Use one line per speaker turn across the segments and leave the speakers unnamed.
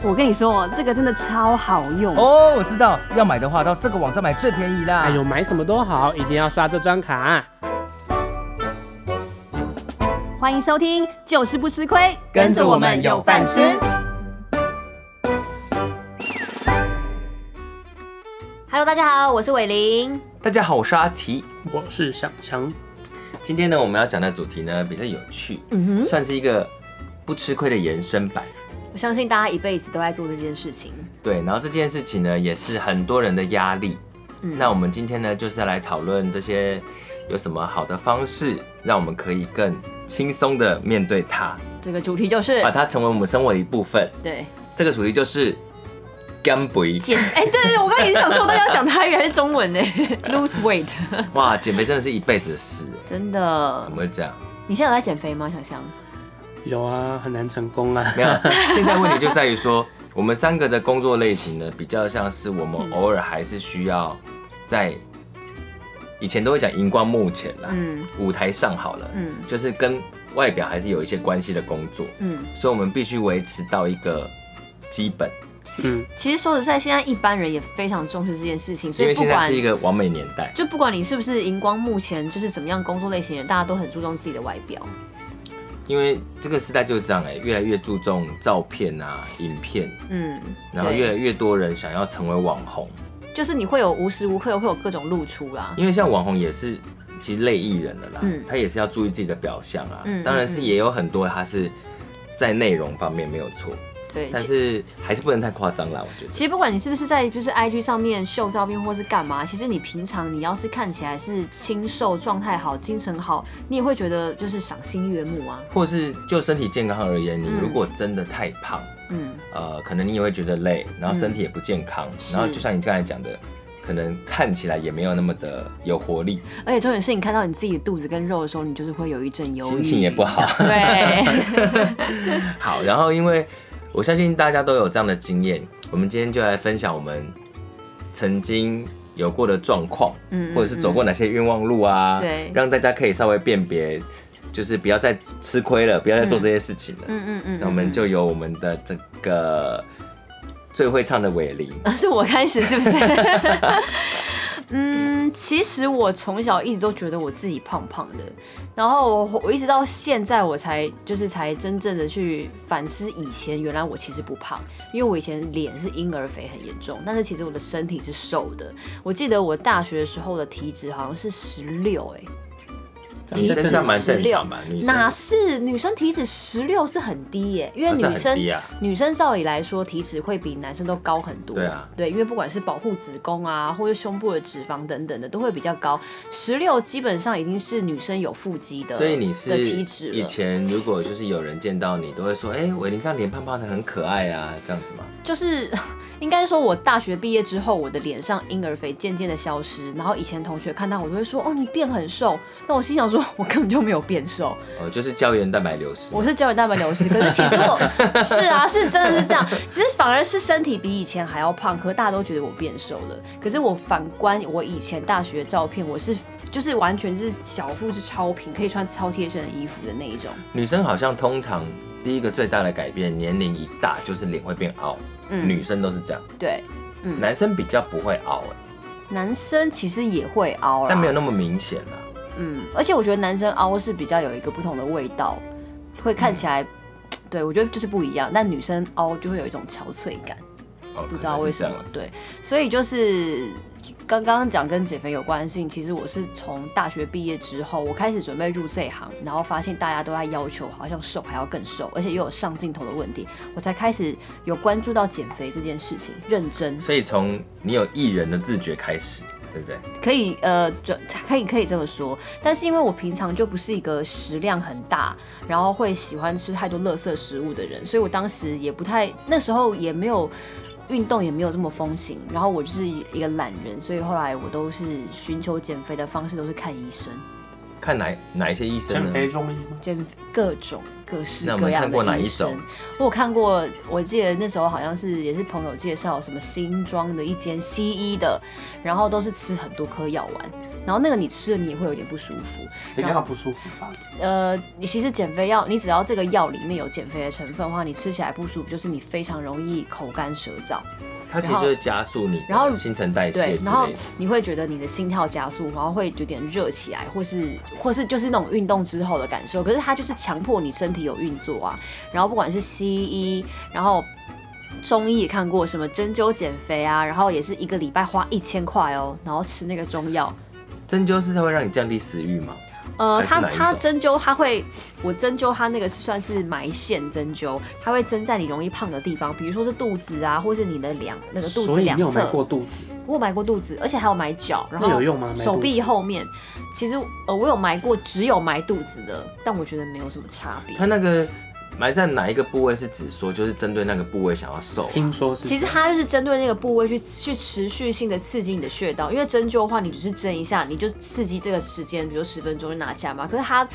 我跟你说，这个真的超好用。
哦，我知道，要买的话到这个网站买最便宜啦。
哎呦，买什么都好，一定要刷这张卡。
欢迎收听，就是不吃亏，
跟着我们有饭吃。
Hello，大家好，我是伟玲。
大家好，我是阿提。
我是小强，
今天呢，我们要讲的主题呢比较有趣，
嗯哼，
算是一个不吃亏的延伸版。
我相信大家一辈子都在做这件事情。
对，然后这件事情呢，也是很多人的压力。
嗯
那我们今天呢，就是要来讨论这些有什么好的方式，让我们可以更轻松的面对它，
这个主题就是
把它成为我们生活的一部分。
对
这个主题就是减肥。
减 哎，对对，对我刚才也是想说，大家要讲台语还是中文呢？Lose weight，
哇，减肥真的是一辈子的事，
真的
怎么。会这样？
你现在有在减肥吗？想想，
有啊，很难成功啊。
没有， 现在问题就在于说，我们三个的工作类型呢，比较像是我们偶尔还是需要在以前都会讲荧光幕前啦，
嗯
舞台上好了，
嗯
就是跟外表还是有一些关系的工作，
嗯。
所以我们必须维持到一个基本，
嗯，
其实说实在，现在一般人也非常重视这件事情，所
因
以
为
不
现在
管
是一个完美年代。
就不管你是不是荧光幕前就是怎么样工作类型的人，大家都很注重自己的外表。
因为这个时代就是这样哎、越来越注重照片啊、影片，
嗯，
然后
对
越来越多人想要成为网红，
就是你会有无时无刻会有各种露出啦。
因为像网红也是其实类艺人的啦，
嗯
他也是要注意自己的表象啊。
嗯
当然是也有很多他是在内容方面没有错，
对，
但
其
是还是不能太夸张啦，我觉得。
其实不管你是不是在就是 IG 上面秀照片或是干嘛，其实你平常你要是看起来是清瘦、状态好、精神好，你也会觉得就是赏心悦目啊。
或是就身体健康而言，你
嗯
如果真的太胖，
嗯，
呃，可能你也会觉得累，然后身体也不健康，
是
然后就像你刚才讲的，可能看起来也没有那么的有活力，
而且重点是你看到你自己的肚子跟肉的时候，你就是会有一阵忧郁，
心情也不。好。
对，嗯
好，然后因为我相信大家都有这样的经验，我们今天就来分享我们曾经有过的状况，
嗯嗯嗯
或者是走过哪些冤枉路啊，
对
让大家可以稍微辨别，就是不要再吃亏了，不要再做这些事情了。
嗯嗯嗯，
那我们
嗯
就由我们的这个最会唱的伟林，
啊，是我开始是 不是？嗯，其实我从小一直都觉得我自己胖胖的，然后我我一直到现在我才就是才真正的去反思，以前原来我其实不胖，因为我以前脸是婴儿肥很严重，但是其实我的身体是瘦的。我记得我大学的时候的体脂好像是十六，哎，
女生
体
算蛮
脂
正
六
常吧？女生
哪是女生体脂十六是很低耶、因为
那是
女
很
生
低啊，
女生照理来说体脂会比男生都高很多，
对啊，
因为不管是保护子宫啊，或者胸部的脂肪等等的，都会比较高。十六基本上已经是女生有腹肌的，
所以你
的
是
体脂
以
了，
前如果就是有人见到你，都会说，哎、伟林这样脸胖胖的很可爱啊，这样子吗？
就是 应该说，我大学毕业之后，我的脸上婴儿肥渐渐的消失，然后以前同学看到我都会说，哦，你变很瘦，那我心想说，我根本就没有变瘦，
哦，就是胶原蛋白流失嘛。
我是胶原蛋白流失， 可是其实我是啊，是真的是这样。其实反而是身体比以前还要胖，可是大家都觉得我变瘦了。可是我反观我以前大学照片，我是就是完全是小腹是超平，可以穿超贴身的衣服的那一种。
女生好像通常第一个最大的改变，年龄一大就是脸会变凹，
嗯
女生都是这样，
对，嗯
男生比较不会凹、哎，
男生其实也会凹啦，
但没有那么明显啊啦。
嗯，而且我觉得男生凹是比较有一个不同的味道，会看起
嗯
来，对我觉得就是不一样。但女生凹就会有一种憔悴感。
哦，
不知道为什
可
么
能是。这样子
对，所以就是刚刚讲跟减肥有关的事情，其实我是从大学毕业之后，我开始准备入这一行，然后发现大家都在要求好像瘦还要更瘦，而且又有上镜头的问题，我才开始有关注到减肥这件事情，认真
所以从你有艺人的自觉开始，对不对？
可以呃准可以可以这么说，但是因为我平常就不是一个食量很大，然后会喜欢吃太多垃圾食物的人，所以我当时也不太那时候也没有运动也没有这么风行，然后我就是一个懒人，所以后来我都是寻求减肥的方式都是看医生，
看哪哪一些医生
减
呢
肥？中医吗？
减肥各种各式
那我
各
们
样
看过哪
的医
一
生
种。
我有看过，我记得那时候好像是也是朋友介绍什么新庄的一间西医的，然后都是吃很多颗药丸。然后那个你吃了你也会有点不舒服。
怎样不舒服吧？
呃，你其实减肥药，你只要这个药里面有减肥的成分的话，你吃起来不舒服，就是你非常容易口干舌燥，
它其实就是加速你
然后
的新陈代谢
对，
之
然后
类的。
你会觉得你的心跳加速，然后会有点热起来，或是或是就是那种运动之后的感受。可是它就是强迫你身体有运作啊，然后不管是西医，然后。中医也看过什么针灸减肥啊，然后也是一个礼拜花一千块哦，然后吃那个中药，
针灸是它会让你降低食欲嘛？
呃，
还是
它
哪一
它
种
针灸，它会，我针灸它那个是算是埋线针灸，它会针在你容易胖的地方，比如说是肚子啊，或是你的两那个肚
所
子
以
两
你有买
侧。
过肚子？
我有埋过肚子，而且还有埋脚，然
那
后
有用吗埋
手
肚
臂
子
后面，其实呃我有埋过，只有埋肚子的，但我觉得没有什么差别
它。那个埋在哪一个部位是指说就是针对那个部位想要瘦啊、
听说是。
其实它就是针对那个部位去去持续性的刺激你的穴道，因为针灸的话，你只是针一下，你就刺激这个时间，比如十分钟就拿下嘛。可是它，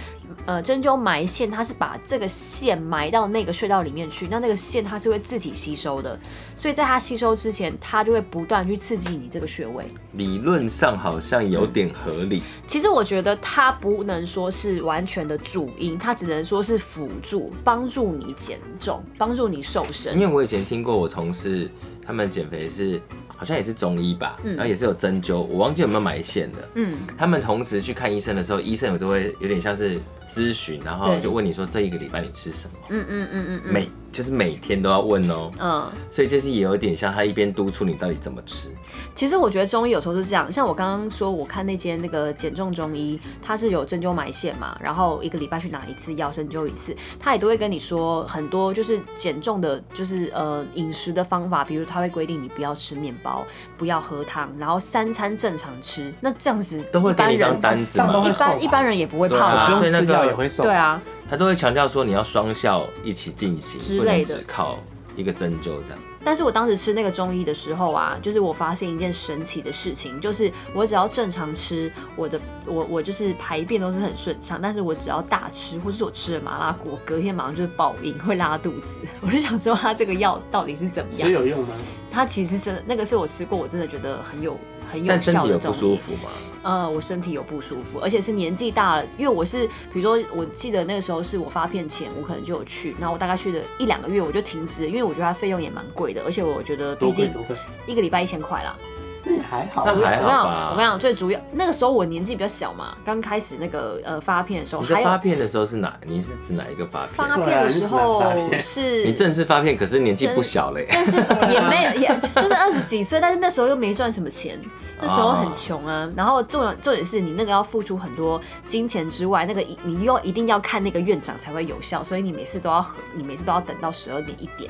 呃，针灸埋线，它是把这个线埋到那个穴道里面去，那那个线它是会自体吸收的，所以在它吸收之前，它就会不断去刺激你这个穴位。
理论上好像有点合理。
其实我觉得它不能说是完全的主因，它只能说是辅助，帮助你减重，帮助你瘦身
因。为我以前听过我同事他们减肥是好像也是中医吧，
嗯
然后也是有针灸，我忘记有没有埋线了。
嗯，
他们同时去看医生的时候，医生有都会有点像是咨询，然后
对
就问你说这一个礼拜你吃什么，
嗯嗯嗯嗯嗯，
每就是每天都要问哦，
嗯。
所以就是也有点像他一边督促你到底怎么吃，
其实我觉得中医有时候是这样，像我刚刚说，我看那间那个减重中医，它是有针灸埋线嘛，然后一个礼拜去拿一次药，针灸一次，他也都会跟你说很多就是减重的，就是呃饮食的方法，比如他会规定你不要吃面包，不要喝汤，然后三餐正常吃，那这样子
都会
一
给你
般
一张
人
单子
一
嘛
般人
一
会，瘦吧
般一般人也不会胖
对啊
啊
不
所以
用
那
吃
个
药也会瘦。
对，啊，
他都会强调说你要双效一起进行，
之
不能
类的
只靠一个针灸这样。
但是我当时吃那个中医的时候啊，就是我发现一件神奇的事情，就是我只要正常吃，我的我我就是排便都是很顺畅，但是我只要大吃，或是我吃了麻辣锅，隔天马上就是暴饮，会拉肚子。 我就想说，它这个药到底是怎么
所以
样？
有用吗？
它其实真的那个是我吃过，我真的觉得很有很有
但身
效
体
的
有
中
不
医。
舒服吗？
呃，我身体有不舒服，而且是年纪大了，因为我是，比如说，我记得那个时候是我发片前，我可能就有去，然后我大概去了一两个月，我就停止了，因为我觉得它费用也蛮贵的，而且我觉得毕
多贵
竟
多贵？
一个礼拜一千块啦。
那也还好啊
那
我跟
还
我跟
好
你讲，
吧
我跟你讲，最主要那个时候我年纪比较小嘛，刚开始那个呃发片的时候，
你在
还
发
有
片的时候是哪？你是指哪一个发片？
发片的时候
对啊你只能发片
是
你正式发片，可是年纪不小嘞、
但是也没也就是二十几岁，但是那时候又没赚什么钱，那时候很穷啊。然后重重点是你那个要付出很多金钱之外，那个一你又一定要看那个院长才会有效，所以你每次都要你每次都要等到十二点一点，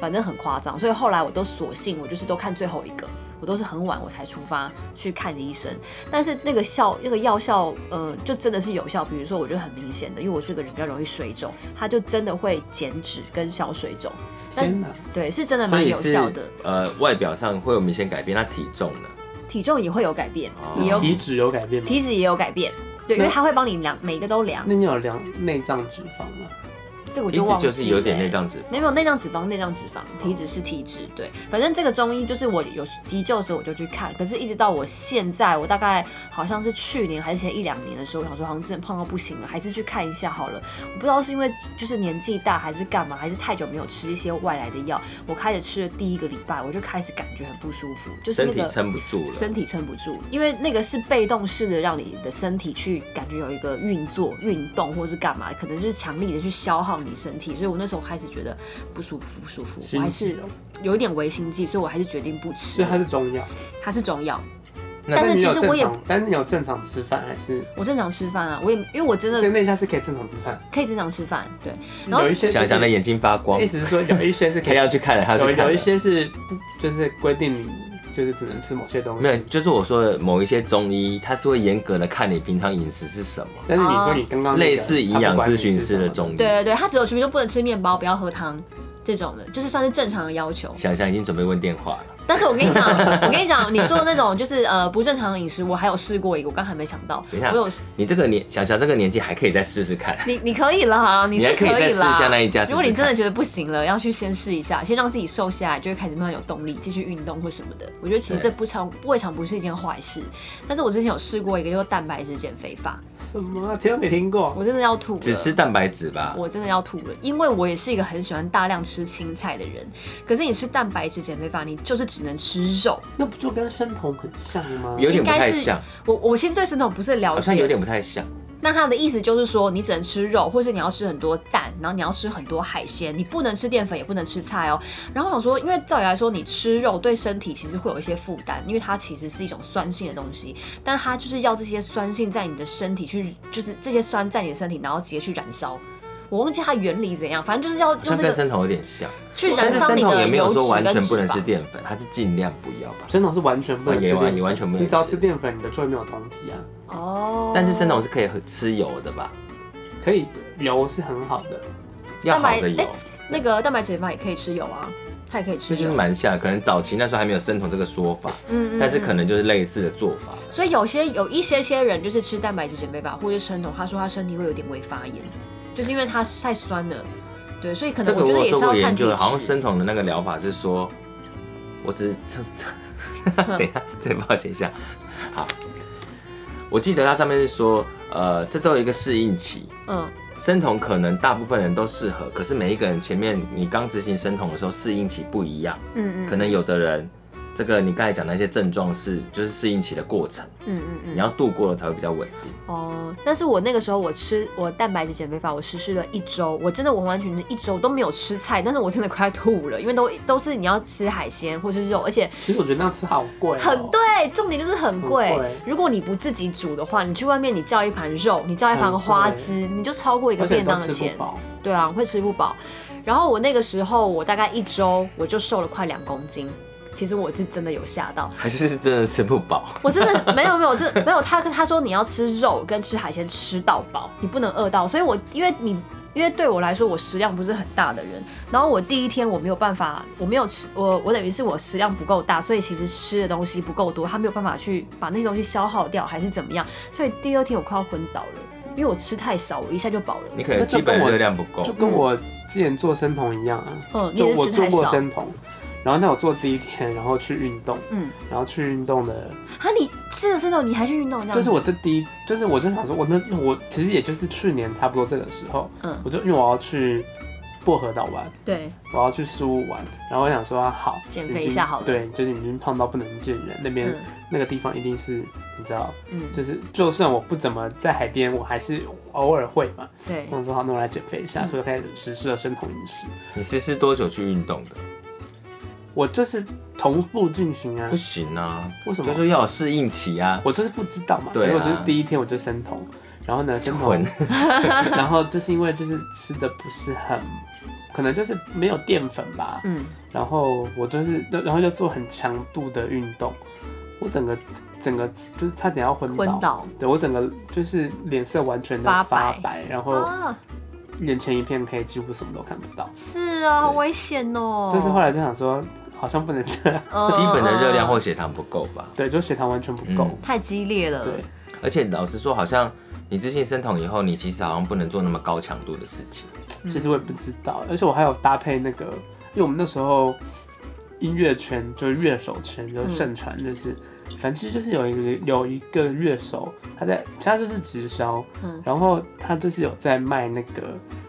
反正很夸张。所以后来我都索性我就是都看最后一个。我都是很晚我才出发去看医生，但是那个效那个药效，呃，就真的是有效。比如说，我觉得很明显的，因为我这个人比较容易水肿，它就真的会减脂跟消水肿。但是
天哪！
对，是真的
所
蛮
以
有
是
效的，
呃，外表上会有明显改变，那体重呢？
体重也会有改变，
哦
也有
嗯体脂有改变吗？
体脂也有改变，对，因为它会帮你量每个都量，
那你有量内脏脂肪吗？
这个我
体
就忘
脂
记
就是有点
了
内。脏脂肪。
没有内脏脂肪，内脏脂肪，体脂是体脂，对，反正这个中医就是我有急救的时候我就去看，可是一直到我现在，我大概好像是去年还是前一两年的时候，我想说好像真的胖到不行了，还是去看一下好了。我不知道是因为就是年纪大还是干嘛，还是太久没有吃一些外来的药，我开始吃了第一个礼拜，我就开始感觉很不舒服，就是
身
那
体
个
撑不住了，
身体撑不住，因为那个是被动式的，让你的身体去感觉有一个运作、运动或是干嘛，可能就是强力的去消耗你身体。所以我那时候开始觉得不舒服、不舒服，我还
心
是
悸哦
有一点微心悸，所以我还是决定不
所
吃
以。它是中药，
它是中药，
那
但是
你有
其实我
正
也
常，但是你有正常吃饭还是？
我正常吃饭啊，我也因为我真
所以
的
那一下是可以正常吃饭，
可以正常吃饭，对。然后
有一些
想想的眼睛发光
哎
意，思是说有一些是可
他
以
要去看了，他要
有
去看
有
了
一。些是不就是规定你就是只能吃某些东
没有
西，，
就是我说的某一些中医，他是会严格的看你平常饮食是什么，
但是你说你刚刚那个
类似营养咨询师的，
他不管你吃什么
中医。
对对对，它只有全部就不能吃面包，不要喝汤这种的，就是算是正常的要求。
想想已经准备问电话了，
但是我跟你讲，我跟你讲，你说的那种就是呃不正常的饮食，我还有试过一个，我刚还没想到，
等一下
我有，
你这个年想想这个年纪还可以再试试看。
你你可以啦，你
你
是
还可以再
以啦。
试一下那一家试试看
如果你真的觉得不行了，要去先试一下，先让自己瘦下来，就会开始慢慢有动力，继续运动或什么的。我觉得其实
对
这不尝未尝不是一件坏事。但是我之前有试过一个，就是蛋白质减肥法，
什么啊？听都没听过。
我真的要吐了。
只吃蛋白质吧，
我真的要吐了，因为我也是一个很喜欢大量吃青菜的人。可是你吃蛋白质减肥法，你就是只能吃肉。
那不就跟生酮很像吗？
有点不
应该
太
是
像，
我我其实对生酮不是了
好像有
解，
点不太像。
那他的意思就是说，你只能吃肉，或是你要吃很多蛋，然后你要吃很多海鲜，你不能吃淀粉，也不能吃菜哦。然后我想说，因为照理来说，你吃肉对身体其实会有一些负担，因为它其实是一种酸性的东西，但它就是要这些酸性在你的身体去，就是这些酸在你的身体，然后直接去燃烧。我忘记它原理怎样，反正就是要
好
用
像
这
跟
个
生酮有点像，
去
但
燃
是
烧
生
你
酮也
的
没有
油脂
说完全
跟
不
脂
能吃
肪。
淀粉，它是尽量不要吧。
生酮是完全不能吃
也
淀
完
粉
也完全不能
你只要
吃
吃淀粉，你的就会没有酮体啊。
哦，
但是生酮是可以喝吃油的吧，
可以，油是很好的。
要
蛋白
好的油
哎，那个蛋白质减肥法也可以吃油啊，它也可以吃
所以就是
油。
蛮像。可能早期那时候还没有生酮这个说法，
嗯
但是可
能。
能就是类似的做法。
所以有些有一些些人就是吃蛋白质减肥法或者是生酮，他说他身体会有点微发炎，就是因为他太酸了。对，所以可
这
能
个
我觉得
我
也
做
是要
过研
看体
究，好像
质。
生酮的那个疗法是说，我只是这 这，等一下，嘴巴写一下。好，我记得它上面是说，呃，这都有一个适应期。
嗯，
生酮可能大部分人都适合，可是每一个人前面你刚执行生酮的时候适应期不一样，
嗯嗯
可能有的人这个你刚才讲的那些症状是就是适应期的过程，
嗯嗯嗯。
你要度过了才会比较稳定。
哦，但是我那个时候我吃我蛋白质减肥法，我实施了一周，我真的完完全全一周都没有吃菜，但是我真的快吐了，因为都都是你要吃海鲜或是肉，而且
其实我觉得那样吃好贵、哦，
很对，重点就是很贵。
很贵
如果你不自己煮的话，你去外面你叫一盘肉，你叫一盘
很贵
花枝，你就超过一个
而且
便
都
当的
吃
钱
不。饱。
对啊，会吃不饱。然后我那个时候，我大概一周我就瘦了快两公斤。其实我是真的有吓到，
还是是真的吃不饱，
我真的没有没有这没有他他说你要吃肉跟吃海鲜吃到饱，你不能饿到。所以我因为你因为对我来说我食量不是很大的人，然后我第一天我没有办法，我没有吃我我等于是我食量不够大，所以其实吃的东西不够多，他没有办法去把那些东西消耗掉还是怎么样，所以第二天我快要昏倒了，因为我吃太少，我一下就饱了。
你可能
那就
基本
跟我
热量不够
就。跟我之前做生酮一样啊，
嗯，你
就
也
我
是吃
做
太
过
少。
生酮，然后那我做第一天，然后去运动，
嗯，
然后去运动的，
啊，你吃了生酮，你还去运动这样？
就是我这第一，就是我就想说，我那我其实也就是去年差不多这个时候，
嗯，
我就因为我要去薄荷岛玩，
对，
我要去苏武玩，然后我想说啊好，
减
已
肥一
经
下好了
对，就是已经胖到不能见人，那边、
嗯
那个地方一定是你知道，
嗯，
就是就算我不怎么在海边，我还是偶尔会嘛。
对
我，想说好，那我来减肥一下，
嗯
所以我开始实施了生酮饮食。
你实施多久去运动的？
我就是同步进行啊
不，行啊，
为什么
就？是要有适应期啊。
我就是不知道嘛，
对啊
所以我就是第一天我就生酮，然后呢生酮
混，
然后就是因为就是吃的不是很，可能就是没有淀粉吧，
嗯，
然后我就是然后就做很强度的运动，我整个整个就是差点要昏
昏
倒，
倒
对我整个就是脸色完全的
发
发
白
白，然后
啊，
眼前一片黑，几乎什么都看不到。
是啊，好
对
危险哦。
就是后来就想说，好像不能这样，
嗯
基本的热量或
嗯
血糖不够吧。
对，就血糖完全不够，
嗯太激烈了，
对，
而且老实说，好像你自信生酮以后，你其实好像不能做那么高强度的事情。
嗯
其实我也不知道，而且我还有搭配那个，因为我们那时候音乐圈就是乐手圈
嗯
就盛传就是，反正其实就是有一个有一个乐手，他在他就是直销，
嗯
然后他就是有在卖那个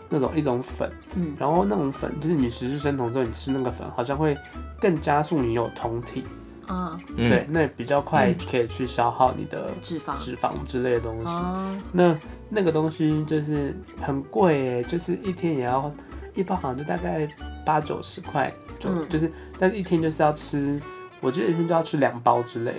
那种一种粉，
嗯
然后那种粉就是你实施生酮之后，你吃那个粉好像会更加速你有酮体，
啊，
嗯，
对，，那比较快
嗯
可以去消耗你的
脂肪
脂肪之类的东西。
啊，
那那个东西就是很贵耶，就是一天也要一包，好像就大概八九十块，就、
嗯
就是，但是一天就是要吃，我记得一天就要吃两包之 类的。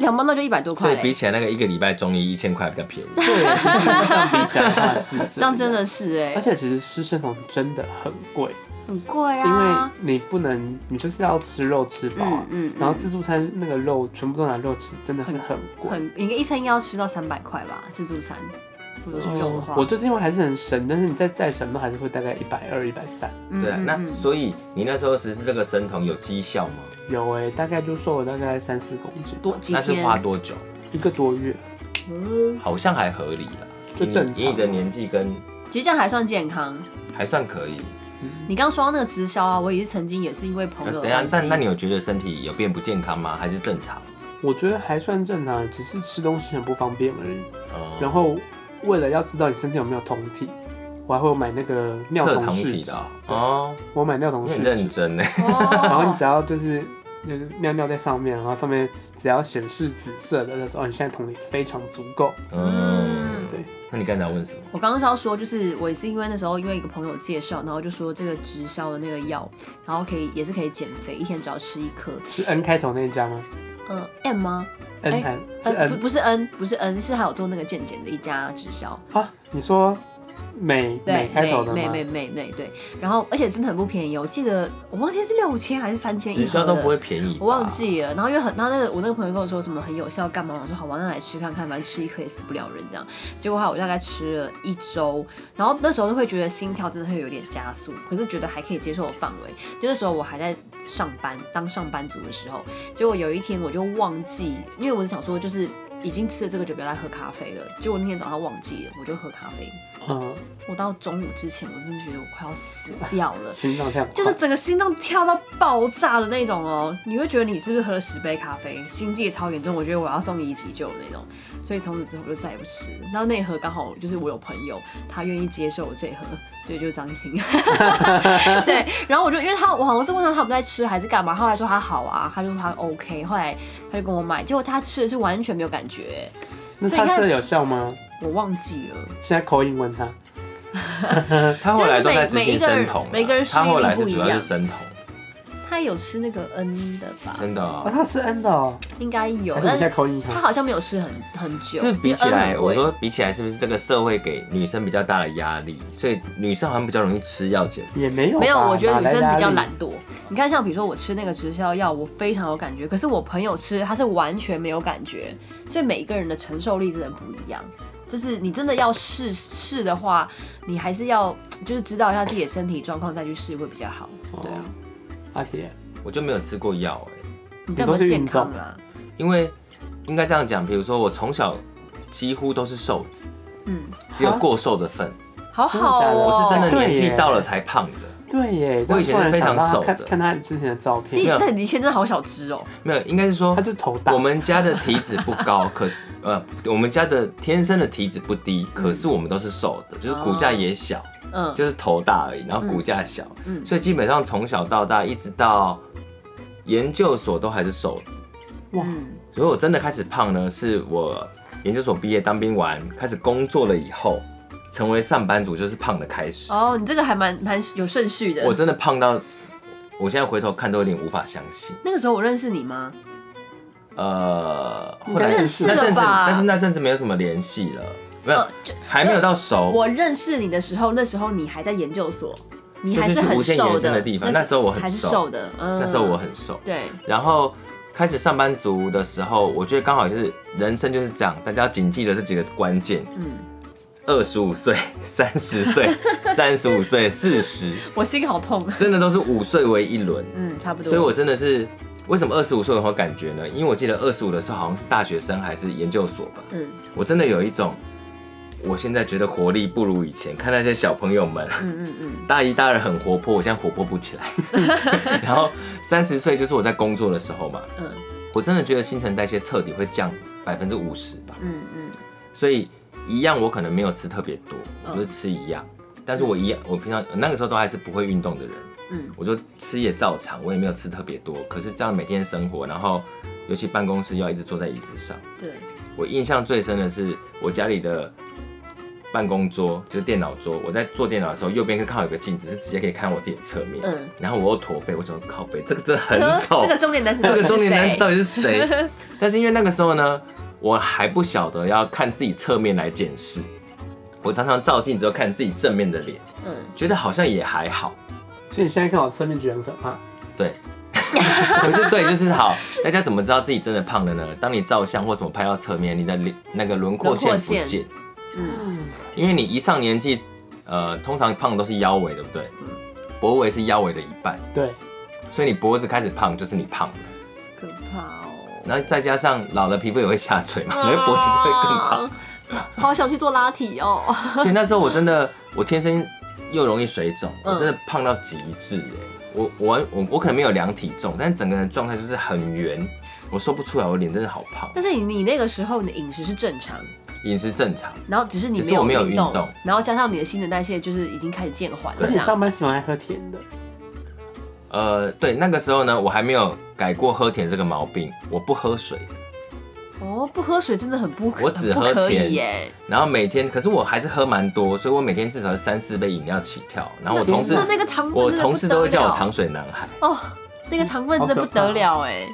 两包那就一百多
所
块欸
以比
嘞，
起来，那个一个礼拜中医一千块比较便宜。
对，就是这样比起来的话是
这样真的。是
而
哎，
且其实吃生酮真的很贵，
很贵
因为
啊，
你不能，你就是要吃肉吃饱啊
嗯。嗯，嗯
然后自助餐那个肉全部都拿肉吃，真的是很贵。哦
很应该一餐应该要吃到三百块吧，自助餐，不多去用化。
我就是因为还是很神，但是你再再神都还是会大概一百二、一百三。
嗯
对啊，
嗯
那
嗯
所以你那时候实施这个神童有绩效吗？
有哎、大概就瘦了大概三四公斤，
多几
那是
天，
花多久？
一个多月。
嗯，
好像还合理啦，
就正常啊
以你的年纪跟
其实这样还算健康。
还算可以。
你刚刚说到那个直销啊，我也是曾经也是因为朋
呃
友的
等一下，
关系，
但那你有觉得身体有变不健康吗？还是正常？
我觉得还算正常，只是吃东西很不方便而已。
哦
然后为了要知道你身体有没有酮体，我还会买那个尿
测
酮
酮
试
体
纸
的，哦，哦
我买尿酮
你
试
很
纸
认，真呢。
然后你
哦
只，要就是就是尿尿在上面，然后上面只要显示紫色的，那时候哦你现在酮体非常足够。
嗯，
对，
那你刚才要问什么？
我刚刚是要说，就是我也是因为那时候因为一个朋友介绍，然后就说这个直销的那个药，然后可以也是可以减肥，一天只要吃一颗，
是 N 开头那一家吗
呃，M 吗？哎
？N 还是
呃，不
N
不是 N，不是 N，是还有做那个健检的一家直销，
啊？你说美
对
美，开头的
美
吗？
美美美对，然后而且真的很不便宜，我记得我忘记是六千还是三千一盒
直销
的
都不会便宜吧，
我忘记了，然后因为很，然后那个我那个朋友跟我说什么很有效，干嘛？我说好吧，那来吃看看，反正吃一颗也死不了人这样。结果后来我大概吃了一周，然后那时候就会觉得心跳真的会有点加速，可是觉得还可以接受的范围。就那时候我还在上班，当上班族的时候，结果有一天我就忘记，因为我是想说就是已经吃了这个就不要再喝咖啡了。结果那天早上忘记了，我就喝咖啡。
嗯，
我到中午之前，我真的觉得我快要死掉了。
心脏跳很快
就是整个心脏跳到爆炸的那种哦，你会觉得你是不是喝了十杯咖啡，心悸超严重，我觉得我要送医急救的那种。所以从此之后我就再也不吃了。然后那一盒刚好就是我有朋友，他愿意接受我这一盒，对，就是张 欣。对，然后我就因为他，我好像是问他他们在吃还是干嘛，后来说他好啊，他就说他 OK，后来他就跟我买，结果他吃的是完全没有感觉，
那
所以
他
你看
吃的有效吗？
我忘记了。
现在口音问他，
他后来都在执
就是每
行生酮啊，
每一个人
他后来是
每
主
个人适应力不一样
要是生酮，
他有吃那个 N 的吧？
真的
哦，
哦。
他吃 N 的哦，
应该有
还，是你
但
现在
是
口音
他
他？
好像没有吃很很久。
是比起
因为 N
来，
很
我
贵
说比起来，是不是这个社会给女生比较大的压力，所以女生好像比较容易吃药减肥？
也没有吧，
没有，我觉得女
哪来
生
压
比较
力
懒。惰。你看，像比如说我吃那个直销药，我非常有感觉，可是我朋友吃他是完全没有感觉，所以每一个人的承受力真的不一样。就是你真的要试试的话，你还是要就是知道一下自己的身体状况再去试会比较好。
哦
对啊，
阿铁，
我就没有吃过药哎、
你这样不
你都是
健
运动
康啊？
因为应该这样讲，比如说我从小几乎都是瘦子，
嗯，
只有过瘦的份，
好
真的
好
假的
哦，
我是真的
对
年纪
耶
到了才胖的，
对耶，这样
以前
突
是
然
非常
想到他
瘦
看
的
看他之前的照
你
片，
没有
但你以前真的好小只哦，
没有，应该是说
他就头大。
我们家的体脂不高，可是呃，我们家的天生的体脂不低，可是我们都是瘦的，就是骨
哦
架也小，
嗯，
就是头大而已，然后骨架小，
嗯嗯
所以基本上从小到大一直到研究所都还是瘦子。
哇，
嗯
所以我真的开始胖呢，是我研究所毕业当兵完开始工作了以后，成为上班族就是胖的开始。
哦，你这个还蛮蛮有顺序的
我。真的胖到，我现在回头看都有点无法相信。
那个时候我认识你吗？
呃，
应
后
该
来
认识
那阵
了
子，
吧
但是那阵子没有什么联系了，没有
呃，，就
还没有到熟，
我认识你的时候，那时候你还在研究所，你
就
还
是去
很
无限
瘦
延伸的地方。那时候我很
还是
瘦
瘦，的，嗯，
那时候我很瘦。
对，
然后开始上班族的时候，我觉得刚好就是人生就是这样，大家要谨记着这几个关键：
嗯，
二十五岁、 三十岁、三十五岁、四十，
我心好痛，啊
真的都是五岁为一轮。
嗯，差不多，
所以我真的是为什么二十五岁我会有感觉呢？因为我记得二十五的时候好像是大学生还是研究所吧，
嗯
我真的有一种，我现在觉得活力不如以前，看那些小朋友们。
嗯嗯嗯，
大一、大二很活泼，我现在活泼不起来。 然后三十岁就是我在工作的时候嘛，
嗯
我真的觉得新陈代谢彻底会降百分之五十吧。
嗯嗯
所以一样我可能没有吃特别多，我就是吃一样，但是我一样，我平常那个时候都还是不会运动的人，
嗯
我就吃也照常，我也没有吃特别多。可是这样每天生活，然后尤其办公室要一直坐在椅子上，
对，
我印象最深的是我家里的。办公桌就是电脑桌，我在做电脑的时候，右边是看到有个镜子，是直接可以看我自己的侧面。
嗯
然后我又驼背，我整个靠背，这个真的很
呃
丑。
这个重点男子，
这个中年男子
谁？
到底是 谁？但是因为那个时候呢，我还不晓得要看自己侧面来检视，我常常照镜子后看自己正面的脸，
嗯，
觉得好像也还好。
所以你现在看我侧面觉得很可怕。
对，可是对，就是好。大家怎么知道自己真的胖了呢？当你照相或什么拍到侧面，你的脸那个轮廓线嗯
轮廓
不
线
见，因为你一上年纪，呃，通常胖都是腰围，对不对？脖围是腰围的一半，
对，
啊
所以你脖子开始胖就是你胖了，
可怕哦。
然后再加上老了皮肤也会下垂嘛，所以脖子就会更胖。
啊，好想去做拉提哦。
所以那时候我真的，我天生又容易水肿，
嗯
我真的胖到极致哎、我我完我我可能没有量体重，但是整个人状态就是很圆，我说不出来，我脸真的好胖。
但是你你那个时候你的饮食是正常，
饮食正常，
然后只是你
只
没
是我没有
运
运
动，
动
然后加上你的新陈代谢就是已经开始渐缓了
对
而
这
且
样。
上班是蛮爱喝甜的，
呃，对，那个时候呢，我还没有改过喝甜这个毛病，我不喝水，
哦，不喝水真的很不可，
我只
很
喝
不可以
甜
耶。
然后每天，可是我还是喝蛮多，所以我每天至少是三四杯饮料起跳。然后我
天
同事
那，那个糖分
我
真的不
同事都会
得
叫
了
我糖水男孩。
哦，那个糖分真的不得了哎。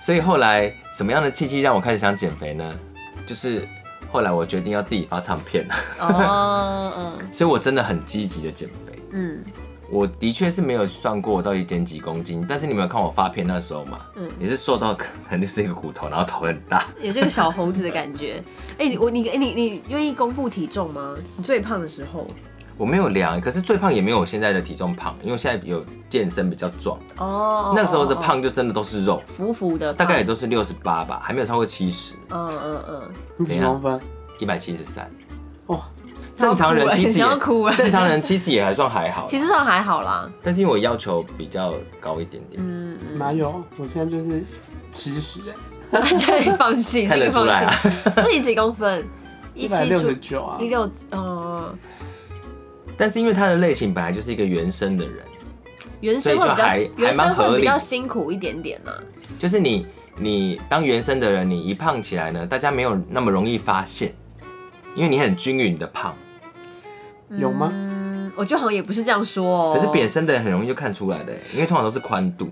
所以后来什么样的契机让我开始想减肥呢？就是后来我决定要自己发唱片了，
哦，嗯
所以我真的很积极的减肥。
嗯
我的确是没有算过我到底减几公斤，但是你们有看我发片那时候嘛，
嗯
也是瘦到可能就是一个骨头，然后头很大。
嗯，有这个小猴子的感觉。哎、你我你哎你你愿意公布体重吗？你最胖的时候
我没有量，可是最胖也没有我现在的体重胖，因为我现在有健身比较壮，
哦，
那个时候的
哦，
胖就真的都是肉，
浮浮的胖，
大概也都是六十八吧，还没有超过七十。
嗯嗯嗯，
你几
怎样
公分？
一百七十三。
哇，
正常人其实
想要哭啊
也正常人其实也还算还好，
其实上还好啦。
但是因为我要求比较高一点点，
嗯嗯，
哪有？我现在就是七十，
对，放弃，
看
这
得
个
出
放
来啊
弃。那你几公分？一
一百
七
六
出
十九啊
一，六，嗯，
但是因为他的类型本来就是一个原生的人，
原生
所
会
以就
比较
还
原
还
生
蛮合理
会比较辛苦一点点呢。
就是你你当原生的人，你一胖起来呢，大家没有那么容易发现，因为你很均匀的胖，
有吗？
嗯，我觉得好像也不是这样说哦。
可是扁身的人很容易就看出来的，因为通常都是宽度，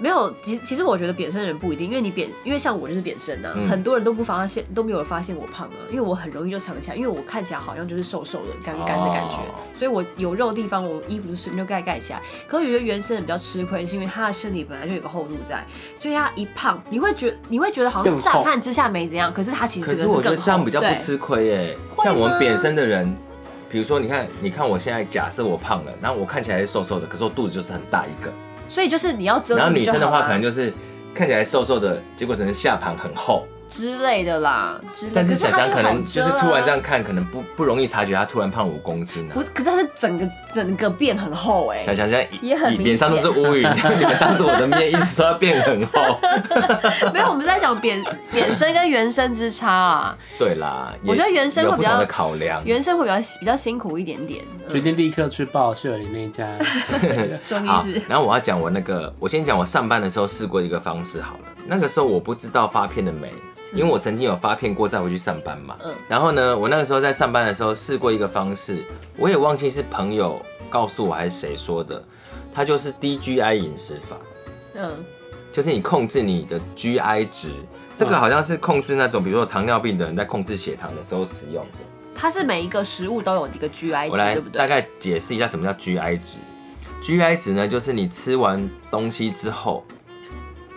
没有，其其实我觉得扁身的人不一定，因为你扁，因为像我就是扁身呐、
嗯
很多人都不发现，都没有发现我胖啊，因为我很容易就藏起来，因为我看起来好像就是瘦瘦的、干干的感觉，
哦
所以我有肉的地方，我衣服就随便就盖盖起来。可我觉得原生人比较吃亏，是因为他的身体本来就有一个厚度在，所以他一胖，你会觉你会觉得好像
更
乍
厚
看之下没怎样，可是他其实
可
整个
是我
更
觉得这样
厚
比较不
对
吃亏耶，
吗
像我们扁身的人。比如说，你看，你看我现在假设我胖了，然后我看起来瘦瘦的，可是我肚子就是很大一个，
所以就是你要遮住就好
然后
啦，
女生的话，可能就是看起来瘦瘦的，结果可能下盘很厚，
之类的啦，之类的。
但是
可
想
他
想可能
好
就
遮
是突然
啊，
这样看，可能不不容易察觉她突然胖五公斤啊
不。是，可是他是整个整个变很厚哎、
想想现在
也很
以
明
脸上都是乌云，你们当着我的面一直说要变很 厚。
没有，我们在讲扁扁身跟原生之差啊，
对啦，也
我觉得原生
有
会
不
比较
同的考量。啊
原生会比较比较辛苦一点点。
决定立刻去报社里那一家。
中医
好
是不是？
然后我要讲我那个，我先讲我上班的时候试过一个方式好了。那个时候我不知道发片的美，因为我曾经有发片过再回去上班嘛。
嗯
然后呢，我那个时候在上班的时候试过一个方式，我也忘记是朋友告诉我还是谁说的，它就是 DGI 饮食法，
嗯，
就是你控制你的 GI 值。这个好像是控制那种，比如说糖尿病的人在控制血糖的时候使用的。
它是每一个食物都有一个 GI
我
值，
来
对不
大
对？
概解释一下什么叫 GI 值。GI 值呢，就是你吃完东西之后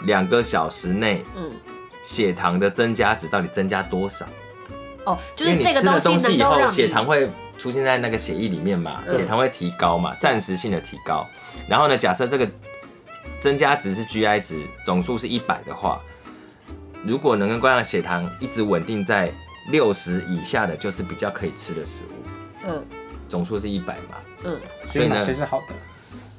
两个小时内
嗯，
血糖的增加值到底增加多少？
哦，就
因
是
为你
这个
吃了东
西
西以
能够
后，
让
血
你
糖会出现在那个血液里面嘛，
嗯
血糖会提高嘛，暂时性的提高。然后呢，假设这个增加值是 GI 值，总数是一百的话，如果能够让血糖一直稳定在六十以下的，就是比较可以吃的食物。
嗯
总数是一百嘛，
嗯，
所以哪些是好的？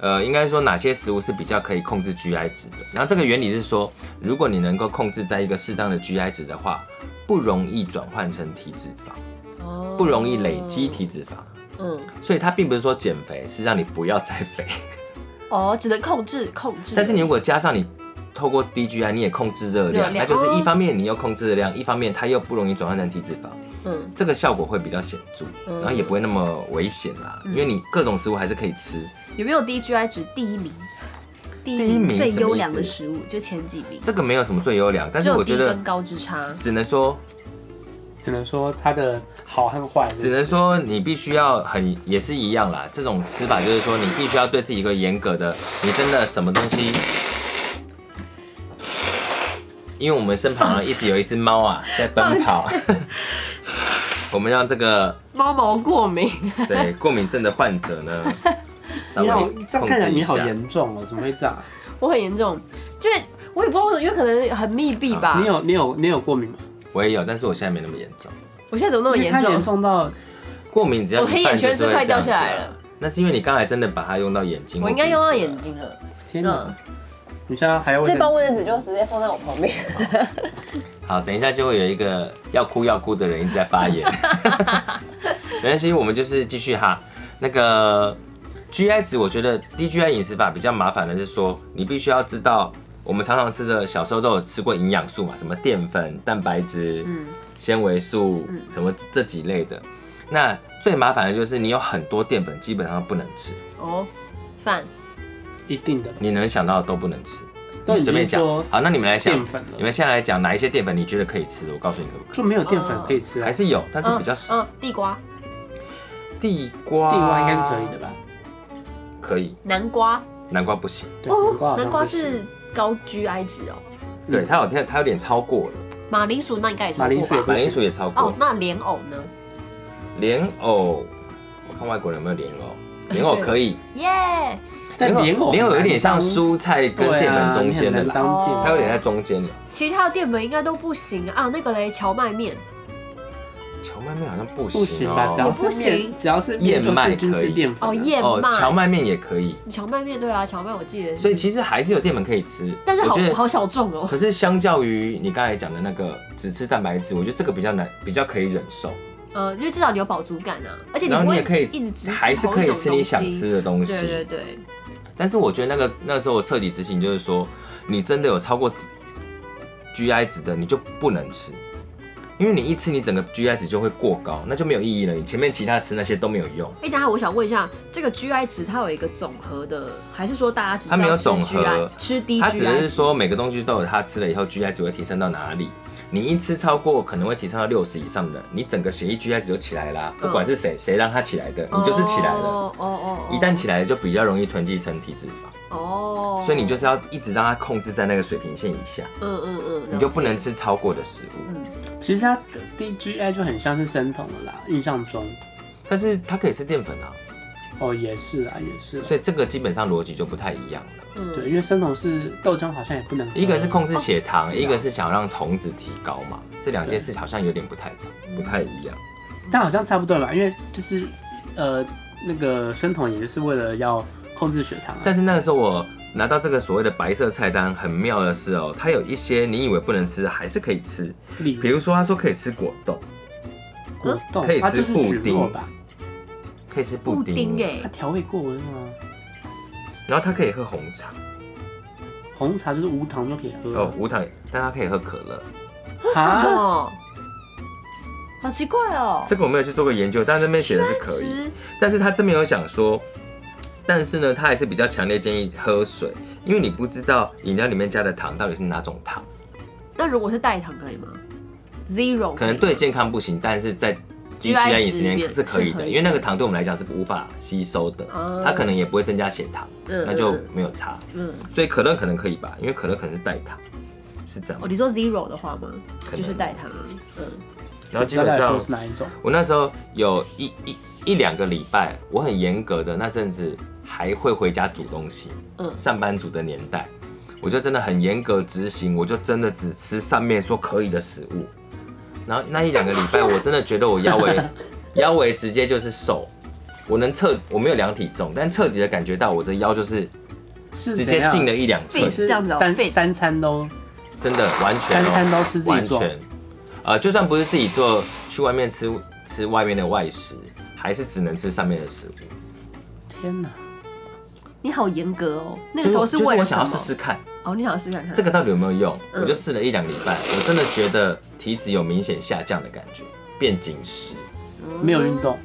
呃，应该说哪些食物是比较可以控制 GI 值的。然后这个原理是说，如果你能够控制在一个适当的 GI 值的话，不容易转换成体脂肪，
哦，
不容易累积体脂肪。
嗯，
所以它并不是说减肥是让你不要再 肥，
哦，只能控制控制。
但是你如果加上你透过 DGI 你也控制热
热
量，那
量
就是一
哦
方面你又控制热量，一方面它又不容易转换成体脂肪，
嗯
这个效果会比较显著，
嗯
然后也不会那么危险啦，因为你各种食物还是可以吃。
有没有 DGI 值第一名？第
第一名
最
什么
优
意
良的
思
食物就前几名，
这个没有什么最优良，但
只
是
有
我
低
觉得
跟高之差。
只能说
只能说它的好和坏。
只能说你必须要很也是一样啦，这种吃法就是说你必须要对自己一个严格的，你真的什么东西。因为我们身旁啊一直有一只猫啊在奔跑， 我们让这个
猫毛过敏，
对过敏症的患者呢， 稍微
你好，这样
控
看起来
制一
你
下
好。严重哦，怎么会这样啊？
我很严重，就是我也不知道为什么，因为可能很密闭吧。
啊
你有你有你有过敏吗？
我也有，但是我现在没那么严重。
我现在怎么那么
因为它
严
严
重？
重到
过敏只要
我黑
一半
眼圈
就是是会
快掉
这样子
下来
啊
了。
那是因为你刚才真的把它用到眼睛或
我
鼻
应该
子了。
用到眼睛了。
天
嗯
哪！，你现在还要
这包卫生纸就直接放在我旁边。
好，等一下就会有一个要哭要哭的人一直在发言。没关系，我们就是继续哈。那个 GI 值，我觉得低 GI 饮食法比较麻烦的是说，你必须要知道我们常常吃的小时候都有吃过营养素嘛，什么淀粉、蛋白质、纤维素，什么这几类的。那最麻烦的就是你有很多淀粉基本上不能吃，
哦，饭
一定的吧，
你能想到的都不能吃。
都已
随便
经
讲
说，
好，那你们来想
淀粉了
你们现在来讲哪一些淀粉你觉得可以吃的？我告诉你可不可
就没有淀粉可以吃
以，
啊
还。是有，但是比较少。
嗯，地瓜、
地瓜，
地瓜应该是可以的吧？
的，可以。
南瓜。
南瓜不行，
对，
哦
啊
哦
南瓜好像
南瓜
不行
是高 GI 值哦。
嗯
对它有它它有点超过了，
马铃薯那应该也超
马铃薯
过
也
吧
不？
马
行
铃薯也超
哦
过，，
那莲藕呢？
莲藕，我看外国人有没有莲 藕，莲藕可以，
耶，
但莲藕
莲藕有点像
酥
蔬菜跟淀粉中间的啦，
啊当淀
它有
哦
点在中间的。
其他的淀粉应该都不行啊。啊那个嘞，荞麦面
荞麦面好像不
不行
行
吧？只要
哦，
是
也不
面，
行
只要是面
燕
就
麦
是精
可
致
以
淀粉啊。
哦，燕
哦，荞
麦，
麦面也可以，
荞麦面对啊，荞麦我记得是。
所以其实还是有淀粉可以吃，
但是
我
好
觉得
好小众哦。
可是相较于你刚才讲的那个只吃蛋白质，我觉得这个比较难，比较可以忍受。
呃，因为至少你有饱足感啊，而且你
然
不
后
会
你也可以
一直只吃
还是可以吃你想吃的东
同一种东
西。
西。对对对，
但是我觉得那个那时候我彻底执行就是说，你真的有超过 GI 值的，你就不能吃，因为你一吃你整个 GI 值就会过高，那就没有意义了。你前面其他吃那些都没有用。
哎、等一下我想问一下，这个 GI 值它有一个总和的，还是说大家只是
它没有
要吃
总和
GI 吃低
它只
GI
是说每个东西都有它吃了以后 GI 值会提升到哪里。你一吃超过可能会提升到六十以上的，你整个血液 GI 值就起来啦。不管是谁谁让它起来的，你就是起来了。
嗯哦哦哦，
一旦起来就比较容易囤积成体脂肪，
哦，
所以你就是要一直让它控制在那个水平线以下，
嗯嗯嗯，
你就不能吃超过的食物。
其实它 DGI 就很像是生酮了啦，印象中。
但是它可以吃淀粉啊，
哦，也是啊，也是啊。
所以这个基本上逻辑就不太一样了。
嗯
对，因为生酮是豆浆，好像也不能喝。
一个是控制血糖，
哦是啊
一个是想让酮值提高嘛，这两件事好像有点不太
嗯
不太一样。
但好像差不多了吧，因为就是呃，那个生酮也就是为了要控制血糖、啊。
但是那个时候我拿到这个所谓的白色菜单，很妙的是哦，它有一些你以为不能吃的还是可以吃，
里
比如说他说可以吃果冻，
果冻
可以，
它
吃
就是
布
蒟
丁
蒻吧？
可以吃
布
布丁，
丁哎
它、调味过温啊吗？
然后它可以喝红茶
红茶就是无糖就可以喝
嗯
哦，无糖，但它可以喝可乐。
什
啊，
么？哦好奇怪哦，
这个我没有去做过研究，但是那边写的是可以。但是他这边有想说，但是呢，他还是比较强烈建议喝水，因为你不知道饮料里面加的糖到底是哪种糖，
那如果是代糖可以吗？Zero
可能对健康不行，但是在 GI 饮食里面是可以
是可
的，
以
因为那个糖对我们来讲是无法吸收的
哦，
它可能也不会增加血糖，
嗯
那就没有差。
嗯，
所以可乐可能可以吧，因为可乐可能是代糖，是这样
哦，。你说 Zero 的话吗？
能
就是代糖啊，嗯，
然后基
大
本
概
上
说是哪一种？
我那时候有一一一两个礼拜，我很严格的那阵子还会回家煮东西。
嗯
上班族的年代，我就真的很严格执行，我就真的只吃上面说可以的食物。然后那一两个礼 拜，我真的觉得我腰围腰围直接就是瘦，我能彻我没有量体重，但彻底的感觉到我的腰就是
是
直接进了一两寸
自己，
是
这样子哦
三
肺
三餐都
真的完全、
三
哦、
餐都吃自己
完
做，
全，呃，就算不是自己做，去外面吃吃外面的外食，还是只能吃上面的食物。
天哪！
你好严格哦，那
就
个时候
是
为
我
了什
想
么
要？试试看
哦，你想要试看看
这个到底有没有用，
嗯
我就试了一两礼拜，我真的觉得体脂有明显下降的感觉，变紧实，
没有运动，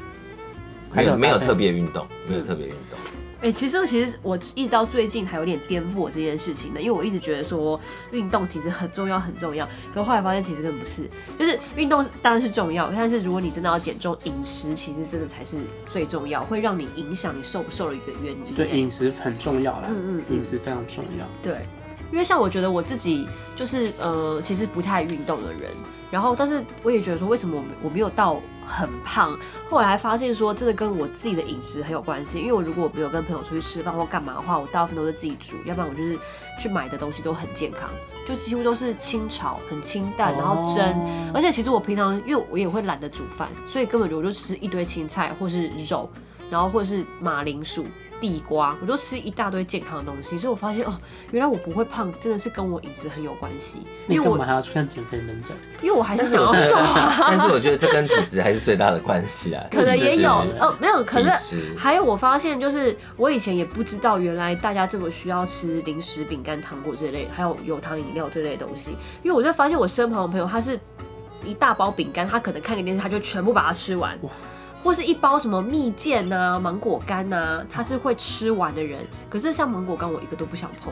还
没
是
有没有
搭配
特别运动，没有特别运动。
哎、其实其实我一直到最近还有点颠覆我这件事情的，因为我一直觉得说运动其实很重要很重要，可后来发现其实根本不是，就是运动当然是重要，但是如果你真的要减重，饮食其实真的才是最重要，会让你影响你瘦不瘦的一个原因。
对
哎
饮食很重要啦，
嗯嗯嗯
饮食非常重要。
对，因为像我觉得我自己就是呃，其实不太运动的人，然后，但是我也觉得说，为什么我没我没有到很胖？后来发现说，这个跟我自己的饮食很有关系。因为我如果我没有跟朋友出去吃饭或干嘛的话，我大部分都是自己煮，要不然我就是去买的东西都很健康，就几乎都是清炒、很清淡，然后蒸。
哦
而且其实我平常因为我也会懒得煮饭，所以根本就我就吃一堆青菜或是肉，然后或者是马铃薯、地瓜，我就吃一大堆健康的东西。所以我发现哦，原来我不会胖，真的是跟我饮食很有关系。
你
因为
干
我
嘛还要去看减肥门诊？
因为我还是想要瘦啊，
但是我觉得这跟体质还是最大的关系啊。
可能也有，
就是
呃，没有，可
体
是
质
还有我发现就是我以前也不知道，原来大家这么需要吃零食、饼干、糖果这类，还有有糖饮料这类东西，因为我就发现我身旁的朋友他是。一大包饼干，他可能看个电视，他就全部把它吃完
哇，
或是一包什么蜜饯呐、芒果干呐、他是会吃完的人。可是像芒果干，我一个都不想碰，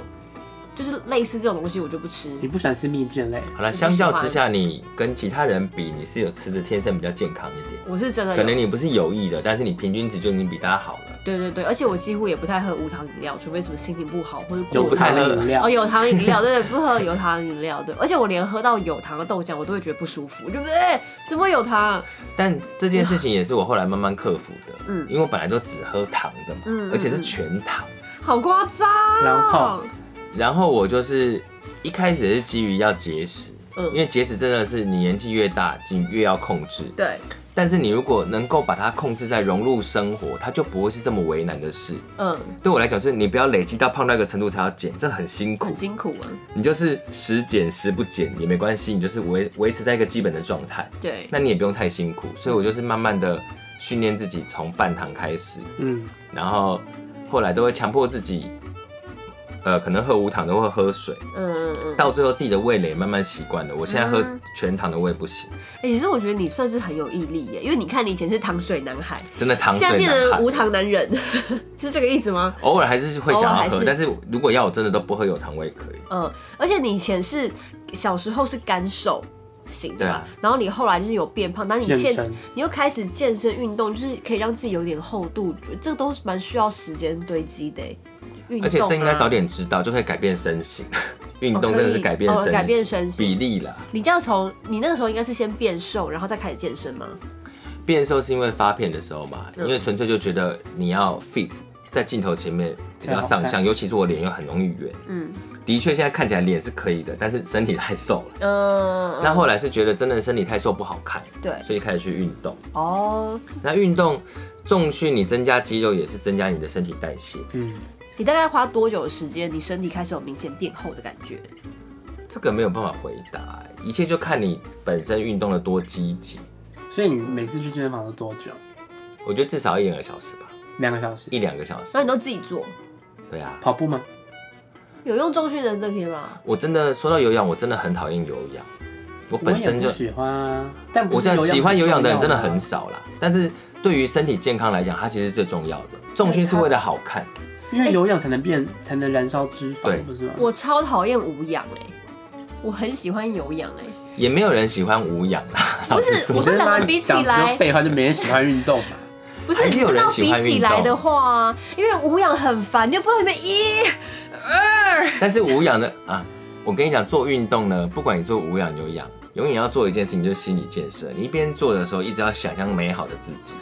就是类似这种东西我就不吃。
你不喜欢吃蜜饯类？
好了，相较之下，你跟其他人比，你是有吃的天生比较健康一点，
我是真的有
可能你不是有意的，但是你平均值就已经比大家好了。
对对对，而且我几乎也不太喝无糖饮料，除非什么心情不好或者
有
过
不太
糖
喝
的饮料
哦，有糖饮料，对对，不喝有糖饮料，对，而且我连喝到有糖的豆浆，我都会觉得不舒服，对不对？怎么会有糖？
但这件事情也是我后来慢慢克服的，
嗯
因为我本来就只喝糖的嘛，
嗯嗯
而且是全糖。
好夸张！
然后
然后我就是一开始也是基于要节食，
嗯
因为节食真的是你年纪越大，你越要控制。
对，
但是你如果能够把它控制在融入生活，它就不会是这么为难的事。
嗯，
对我来讲，是你不要累积到胖到一个程度才要减，这很辛苦
很。辛苦啊，
你就是时减时不减也没关系，你就是维维持在一个基本的状态，
对，
那你也不用太辛苦。所以我就是慢慢的训练自己，从半糖开始，
嗯，
然后后来都会强迫自己，呃，可能喝无糖的或喝水，
嗯嗯嗯。
到最后自己的味蕾慢慢习惯了。我现在喝
嗯
全糖的我也不行，
哎、其实我觉得你算是很有毅力耶，因为你看你以前是糖水男孩，
真的糖
现在
水
变
难
成无
喝。
糖男人， 是这个意思吗？
偶尔还是会想
偶尔
要
还
喝，
是
但是如果要我真的都不喝有糖我也可以。
嗯，而且你以前是小时候是干瘦型的
对
嘛，
啊
然后你后来就是有变胖，但你
健
现
身
你又开始健身运动，就是可以让自己有点厚度，这个都是蛮需要时间堆积的欸。运动、啊、
而且这应该早。点知道，就可以改变身形。 运动真的是改变
哦
身
可以
形，
哦改变身形
比例啦。
你这样从你那个时候应该是先变瘦，然后再开始健身吗？
变瘦是因为发片的时候嘛，
嗯
因为纯粹就觉得你要 fit 在镜头前面比
啊
较上
才好
相，
看
尤其是我脸又很容易圆。
嗯
的确，现在看起来脸是可以的，但是身体太瘦了。
嗯，
那后来是觉得真的身体太瘦不好看，
对
所以开始去运动。
哦，
那运动重训，你增加肌肉也是增加你的身体代谢。
嗯，
你大概花多久的时间，你身体开始有明显变厚的感觉？
这个没有办法回答，欸一切就看你本身运动的多积极。
所以你每次去健身房都多久？
我觉得至少一两个小时吧，
两个小时？
一两个小时
那。你都自己做，
对啊，
跑步吗？
有用重训的那些吗？
我真的说到有氧，我真的很讨厌有氧。我本身
我也
就
不喜欢啊，但不
我
是
现在喜欢有氧的人真的
重要
很
啊
少啦，但是对于身体健康来讲，它其实是最重要的。重训是为了好看，
因为有氧才能变，才能燃烧脂
对
肪，不是吗？
哎我超讨厌无氧哎、我很喜欢有氧 哎、
也没有人喜欢无氧啊 啦。
不是
老实说
我说两个比起来
讲这废话就没人喜欢运 动嘛。
不是，
还是有
这
人
样
喜
比
欢
起
运
来
动
的话、啊因为无氧很烦，你就不知道里面一
但是无氧的啊，我跟你讲，做运动呢，不管你做无氧有氧，永远要做一件事情，就是心理建设。你一边做的时候，一直要想象美好的自 己，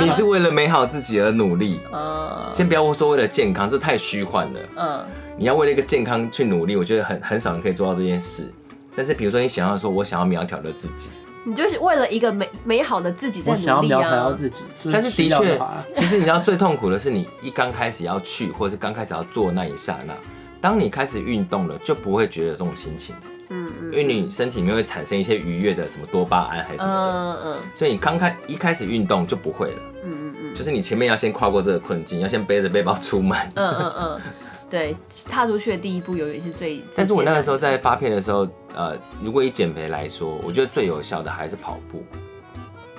你是为了美好自己而努力。
嗯
呃
先不要说为了健康，这太虚幻了。
嗯
你要为了一个健康去努力，我觉得很很少人可以做到这件事。但是比如说，你想要说，我想要苗条的自己，
你就是为了一个美美好的自己在
我想要
努力
苗条到
啊。
自己，就
但
是
是
吃
嗯的
药就
确
好了，
其实你知道最痛苦的是，你一刚开始要去，或者是刚开始要做那一刹那，当你开始运动了，就不会觉得有这种心情，
嗯嗯
因为你身体里面会产生一些愉悦的什么多巴胺还是什么的，
嗯嗯
所以你刚开一开始运动就不会了。
嗯嗯
就是你前面要先跨过这个困境，要先背着背包出门。
嗯嗯嗯，对，踏出去的第一步永远是最。
但是我那个时候
最
在发片的时候，呃，如果以减肥来说，我觉得最有效的还是跑步，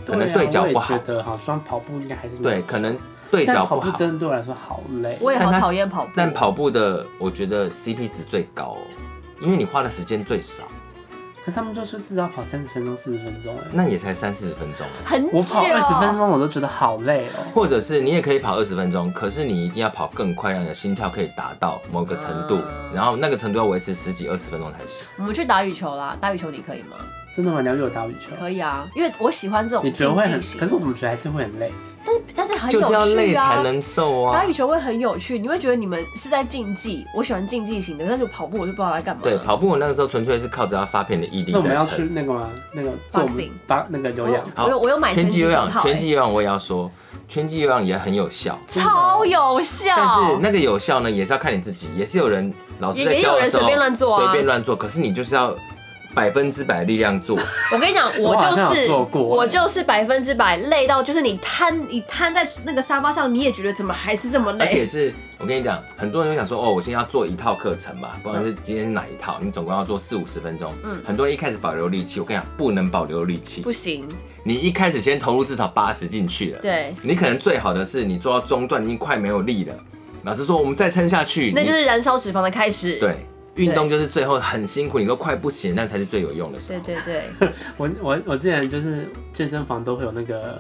可能对
对啊
脚
我也
不好
觉，得好像跑步应该还是
对，可能对
但
脚
跑
不
步
好。
真的对我来说好累
简单，我也好
但它
讨厌跑步，
但跑步的，我觉得 CP 值最高哦，因为你花的时间最少，
可是他们就说至少跑三十分钟、四十分钟，哎，
那也才三四十分钟而已
很久。
我跑二十分钟我都觉得好累哦。
或者是你也可以跑二十分钟，可是你一定要跑更快，让你的心跳可以达到某个程度，
嗯
然后那个程度要维持十几二十分钟才行。
我们去打羽球啦，打羽球你可以吗？
真的吗？你要约我打羽球？
可以啊，因为我喜欢这种
你觉得
竞
会
技
很？
型
可，是我怎么觉得还是会很累？
但是但是很有
就
趣啊。
是要累才能瘦啊
打。羽球会很有趣，你会觉得你们是在竞技。我喜欢竞技型的，但是跑步我就不知道在干嘛。
对，跑步我那个时候纯粹是靠着要发片的毅力
那我们
在
要去
撑。
那个吗？那个做我们
Boxing 哦
把那个有
我
氧
有，我有我有买
拳击
击
有
手
氧，
套、
拳击
欸，
有氧我也要说，拳击有氧也很有效。
超有效。
但是那个有效呢，也是要看你自己，也是有人老师
哦
在
也也
教
有
的
人
时候
随便乱做啊
随便乱做。可是你就是要百分之百力量 做，
我跟你讲，
我
我
好
就
像有
是
做过欸
我就是百分之百累到，就是你瘫你瘫在那个沙发上，你也觉得怎么还是这么
而且
累。
是我跟你讲，很多人会想说，哦，我现在要做一套课程嘛，不管是今天是哪一套，你总共要做四五十分钟。嗯，很多人一开始保留力气，我跟你讲，不能保留力气
不，行，
你一开始先投入至少八十进去了。
对，
你可能最好的是你做到中段已经快没有力了，老师说我们再撑下去，
那就
你
是燃烧脂肪的开始。
对。运动就是最后很辛苦，你都快不行，那才是最有用的时
对
候。
对 对，嗯
我我我之前就是健身房都会有那个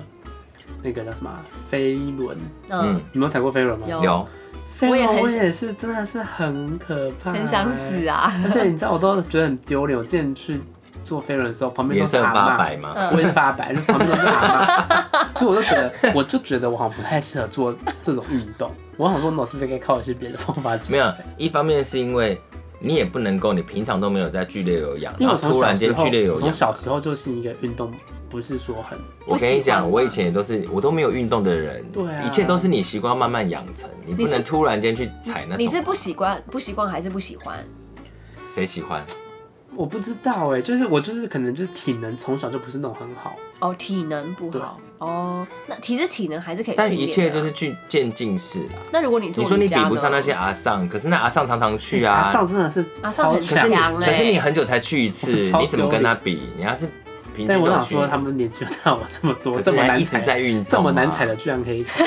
那个叫什么啊飞轮，
嗯，
你们有踩过飞轮吗？
有
有，
飞
我也
轮
很
我也是真的是很可怕，欸
很想死！
哎
啊。
而且你知道我都觉得很丢脸，我之前去做飞轮的时候， 旁边
脸
都是
色
阿
发
嬷，
白吗？
嗯
我也是发白，就旁边都是阿嬷， 所以我就觉得我就觉得我好像不太适合做这种运动。我想说，那我是不是该靠一些别的方法？
没有，一方面是因为你也不能够，你平常都没有在剧烈有氧，
因
然后
为我从
突然
小时
间
候，
剧烈
我
有
从
氧。
小时候就是一个运动，不是说很
我跟你
不喜欢
讲，
吗
我以前也都是，我都没有运动的人，
对啊
一切都是你习惯慢慢养成，你不
你是
能突然间去踩那
你是
种。
不习惯，不习惯还是不喜欢？
谁喜欢？
我不知道哎、就是我就是可能就是体能从小就不是那种很好，
哦，体能不
对
好哦，那其实体能还是可以训练的啊。
但一切就是去渐进式啦。
那如果你做
你说你
瑜
比
伽呢
不上那些阿尚，可是那阿尚常常去
阿
啊，
尚真的是
阿尚
超
很
可是你
强，
强欸
可是你很久才去一次，
超
你怎么跟他比？你要是平均
但我
都
想
去，
说他们年纪就大我这么多，
可是
这么
人家
难
一直
踩
在啊运动，
这么难踩的，居然可以踩，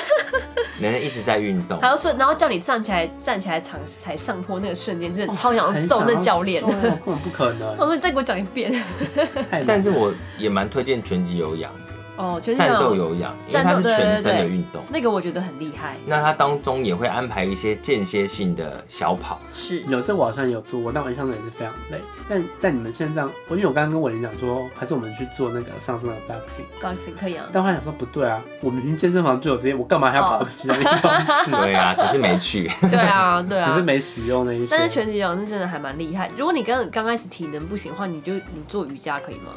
人家一直在运动
还。要说，然后叫你站起来，站起来踩踩上坡那个瞬间，
哦
真的 超想
很
揍那教练。
对啊根本不可
我
能，
说你再给我讲一遍。嗯
太难了
但是我也蛮推荐拳击有氧、
哦，全
战斗有氧，因为
战
它
斗
是全身
对对
的
对
运动。
那个我觉得很厉害，
那它当中也会安排一些间歇性的小跑，
是
有这我好像有做过，但我印象中也是非常累。但但你们现在这样，我因为我刚刚跟伟林讲说，还是我们去做那个上次那个 boxing，
boxing 可以啊。
但我还想说不对啊，我明明健身房就有这些，我干嘛还要
哦
跑到其他地 方去？
对啊，只是没去。
对啊，对
只是
啊。
没使用那一些。
但是拳击有氧是真的还蛮厉害。如果你刚刚开始体能不行的话，你就你做瑜伽可以吗？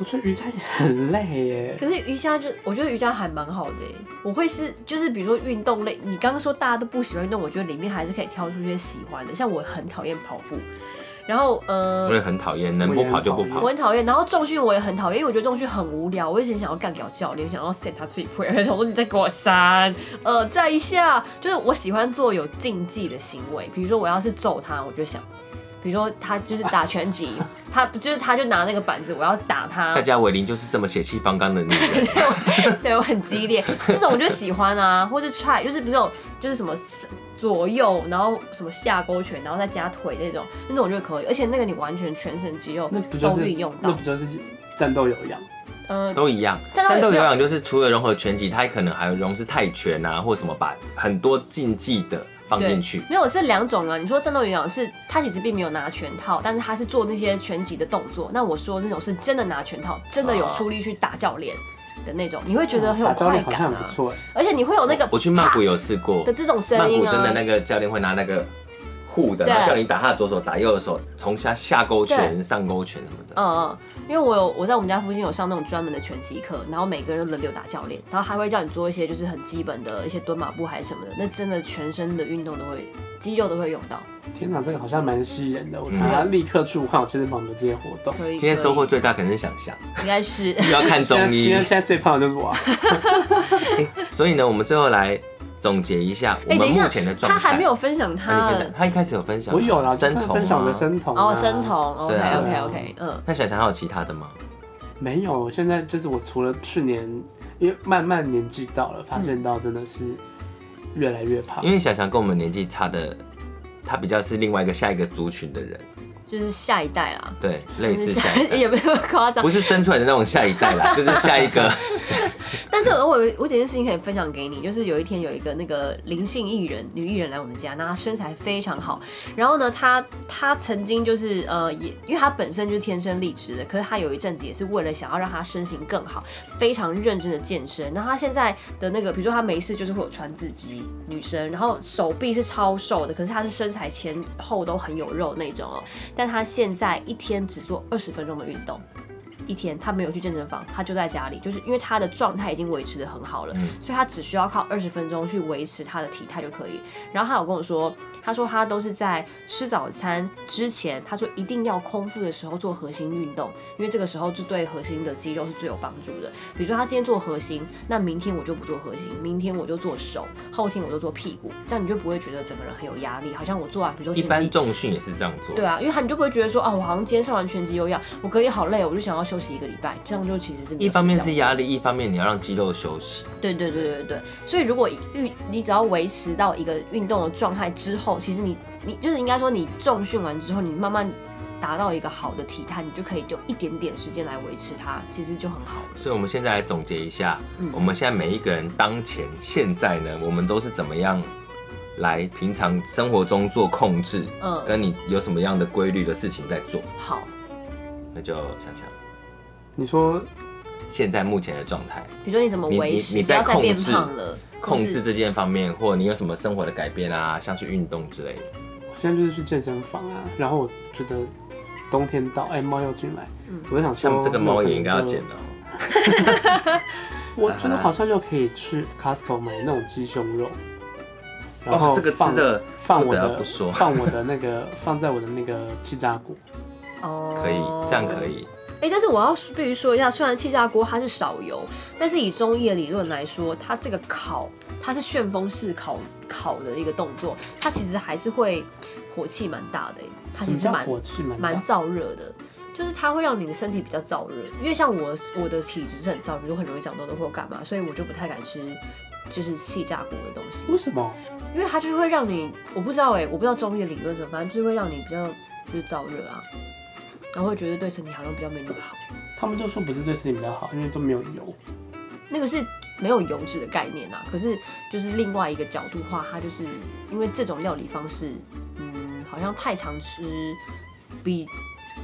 我觉得瑜伽也很累耶。
可是瑜伽就我觉得瑜伽还蛮好的欸、我会是就是比如说运动类，你刚刚说大家都不喜欢运动，我觉得里面还是可以挑出一些喜欢的。像我很讨厌跑步，然后呃
我，也很讨厌，能不跑就不
我
跑。
很讨厌，然后重训我也很讨厌，因为我觉得重训很无聊。我以前想要干掉教练，想要 set 他最会， 想说你再给我三，呃，再一下，就是我喜欢做有竞技的行为，比如说我要是揍他，我就想，比如说他就是打拳 击，他就是他就拿那个板子，我要打他
大，家维林就是这么血气方刚的 女人，
对我很激 烈，这种我就喜欢啊，或是 try 就是不是有就是什么左右，然后什么下勾拳，然后再加腿那种，那种我觉得可以，而且那个你完全全身肌肉
那不就
都
是
运用
那
到
不，就是战斗有氧？
呃，
都一样。
战斗
战斗有
有
氧就是除了融合拳击，它可能还融是泰拳啊，或什么把很多竞技的放
对，
进去。
没有是两种啦。你说战斗有氧是，他其实并没有拿拳套，但是他是做那些拳击的动作。那我说那种是真的拿拳套，真的有出力去打教练的那种，你会觉得很有
打教
快
练好
感
像很不
啊，
错哎。
而且你会有那个
我去曼谷有试过
啪的这种
曼
声
谷
音啊，
真的那个教练会拿那个护的，
对
然后叫你打他的左手，打右的手，从下下勾拳、上勾拳什么的。
嗯，嗯，因为我有我在我们家附近有上那种专门的拳击课，然后每个人轮流打教练，然后还会叫你做一些就是很基本的一些蹲马步还是什么的，那真的全身的运动都会，肌肉都会用到，
天哪，这个好像蛮吸人的，我
嗯
觉
啊
得立刻去换我健身房的这些活动。
可以。
今天
可以
收获最大可能是想象，
应该是
又要看
现在
中医
因为。现在最胖的就是我啊，
所以呢，我们最后来总结一下我
哎、
们
等一下
目前的，状态。
他还没有分享
啊，
他
你分享，他一开始有分享啊，
我有啦，
生
就是
酮
分享我的
啊
生酮啊
哦，生酮。，OK
对啊
OK OK，嗯，
那想想还有其他的吗？
没有，现在就是我除了去年，因为慢慢年纪到了，发
嗯
现到真的是越来越胖
因。为想想跟我们年纪差的，他比较是另外一个下一个族群的人，
就是下一代啦，
对，类似下一代，
也没有夸张
不，是生出来的那种下一代啦，就是下一个
但是我有我有件事情可以分享给你，就是有一天有一个那个灵性艺人女艺人来我们家，那她身材非常好，然后呢，她她曾经就是呃也，因为她本身就是天生丽质的，可是她有一阵子也是为了想要让她身形更好，非常认真的健身。那她现在的那个，比如说她没事就是会有川字肌女生，然后手臂是超瘦的，可是她是身材前后都很有肉那种哦、但她现在一天只做二十分钟的运动。一天，他没有去健身房，他就在家里，就是因为他的状态已经维持的很好了，
嗯
所以他只需要靠二十分钟去维持他的体态就可以。然后他有跟我说，他说他都是在吃早餐之前，他说一定要空腹的时候做核心运动，因为这个时候就对核心的肌肉是最有帮助的。比如说他今天做核心，那明天我就不做核心，明天我就做手，后天我就做屁股，这样你就不会觉得整个人很有压力，好像我做完比如说
一
拳
般
击
重训也是这样做
对。啊，因为他你就不会觉得说啊，我好像今天上完拳击有氧，我隔天好累，我就想要休息一个礼拜，这样就其实是没有
一方面
什么
是
效
压力，一方面你要让肌肉休息。
果，对对对对对，所以如果运你只要维持到一个运动的状态之后，其实你你就是应该说你重训完之后，你慢慢达到一个好的体态，你就可以用一点点时间来维持它，其实就很好了。
所以我们现在来总结一下，
嗯
我们现在每一个人当前现在呢，我们都是怎么样来平常生活中做控制，
嗯
跟你有什么样的规律的事情在做，
好，
那就想想
你说
现在目前的状态，
比如说你怎么
你
维
你
持，
你
不要
在
再变
控制
胖了，
控
或
制
是
这件方面，或者你有什么生活的改变啊，像是运动之类的。
我现在就是去健身房啊，然后我觉得冬天到，哎、猫又进来，
嗯
我就想说，
像这个猫也应该要
剪
剪了哦。
我觉得
啊
好像又可以去 Costco 买那种鸡胸肉，然后
哦这个吃
放
的
放
不
我
得
的
不说
放我的那个放在我的那个气炸锅，
哦
可以，这样可以。
哎、但是我要必须说一下，虽然气炸锅它是少油，但是以中医的理论来说，它这个烤，它是旋风式烤烤的一个动作，它其实还是会火气蛮大的、欸，它其
什么
实
叫
蛮
火气啊蛮
蛮
大？
燥热的，就是它会让你的身体比较燥热。因为像我我的体质是很燥热，就很容易长痘痘或干嘛，所以我就不太敢吃就是气炸锅的东西，
为什么？
因为它就是会让你，我不知道哎、我不知道中医的理论是什么，反正就是会让你比较就是燥热啊，然后会觉得对身体好像比较没那么好。
他们就说不是对身体比较好，因为都没有油。
那个是没有油脂的概念啊。可是就是另外一个角度的话，它就是因为这种料理方式，嗯，好像太常吃，比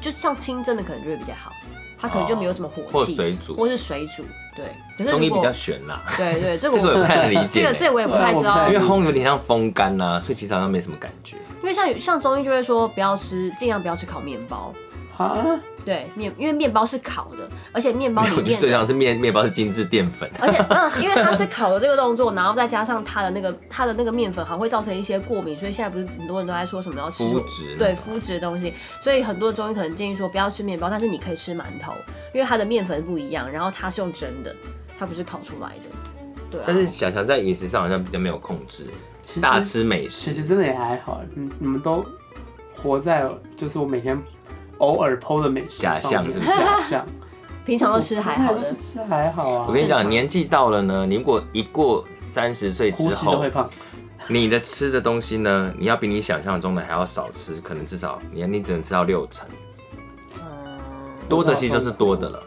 就像清蒸的可能就会比较好，它可能就没有什么火
哦或
气，
水煮
或是水煮，对。可是
中医
如
比较
果
悬啦，
对对，这个
这个我
我
不太理
这
解
个
欸。
这个我也不 太知
对啊
道
我
因为
不太，
烘有点像风干啦、所以其实好像没什么感觉。
因为像像中医就会说不要吃，尽量不要吃烤面包。
啊，
对面，因为面包是烤的，而且面包
没
里
有，就
面
最
的
像是面面包是精致淀粉。
而且，嗯，因为它是烤的这个动作，然后再加上它的那个它的那个面粉，还会造成一些过敏，所以现在不是很多人都在说什么要吃
麸质
对麸质的东西，所以很多中医可能建议说不要吃面包，但是你可以吃馒头，因为它的面粉不一样，然后它是用蒸的，它不是烤出来的，对啊。
但是小强在饮食上好像比较没有控制，
其
大
实
吃美
其实
食。
真的也还好，你你们都活在就是我每天偶尔剖的美食
假
上
象
面
是不是
假象，
平常都 吃还好的，
吃还好啊
我。跟你
正
讲，
常
年纪到了呢，你如果一过三十岁之
呼吸都
后
会，胖，
你的吃的东西呢，你要比你想象中的还要少吃，可能至少你你只能吃到六成，
嗯，
多的其实就是多的了，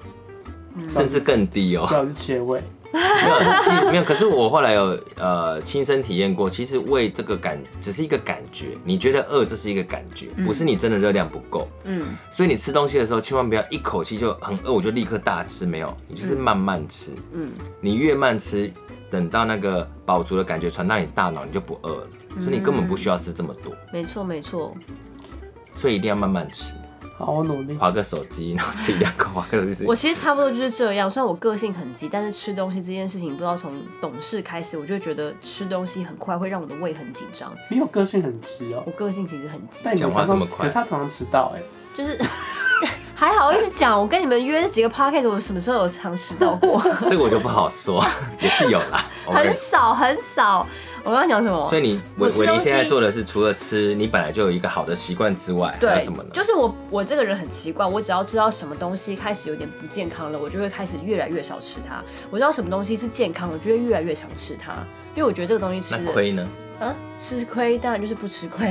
嗯
甚至更低哦、
最好是切胃。
没有没有，可是我后来有呃亲身体验过，其实胃这个感只是一个感觉，你觉得饿这是一个感觉，不是你真的热量不够。嗯，所以你吃东西的时候，千万不要一口气就很饿，我就立刻大吃，没有，你就是慢慢吃。嗯，你越慢吃，等到那个饱足的感觉传到你大脑，你就不饿了，所以你根本不需要吃这么多，
没错没错，
所以一定要慢慢吃，
好，我努力。
划个手机，然后吃一两口，划个手机。
我其实差不多就是这样。虽然我个性很急，但是吃东西这件事情，不知道从懂事开始，我就觉得吃东西很快会让我的胃很紧张。
你有个性很急哦
我，个性其实很急，
但你
讲
们
话
常常
这么快
可是他常常迟到哎。
就是 还好一直讲，我跟你们约这几个 p o c a s t 我什么时候有尝试到 过？
这个我就不好说，也是有 啦。OK
很少很少。我刚刚讲什么？
所以你
我
维
吃
维
哦东
尼
西
现在做的是，除了吃，你本来就有一个好的习惯之外，还有
对
什么呢，？
就是我我这个人很奇怪，我只要知道什么东西开始有点不健康了，我就会开始越来越少吃它。我知道什么东西是健康，我就会越来越常吃它，因为我觉得这个东西吃
那
的
亏呢？
啊，吃亏当然就是不吃亏，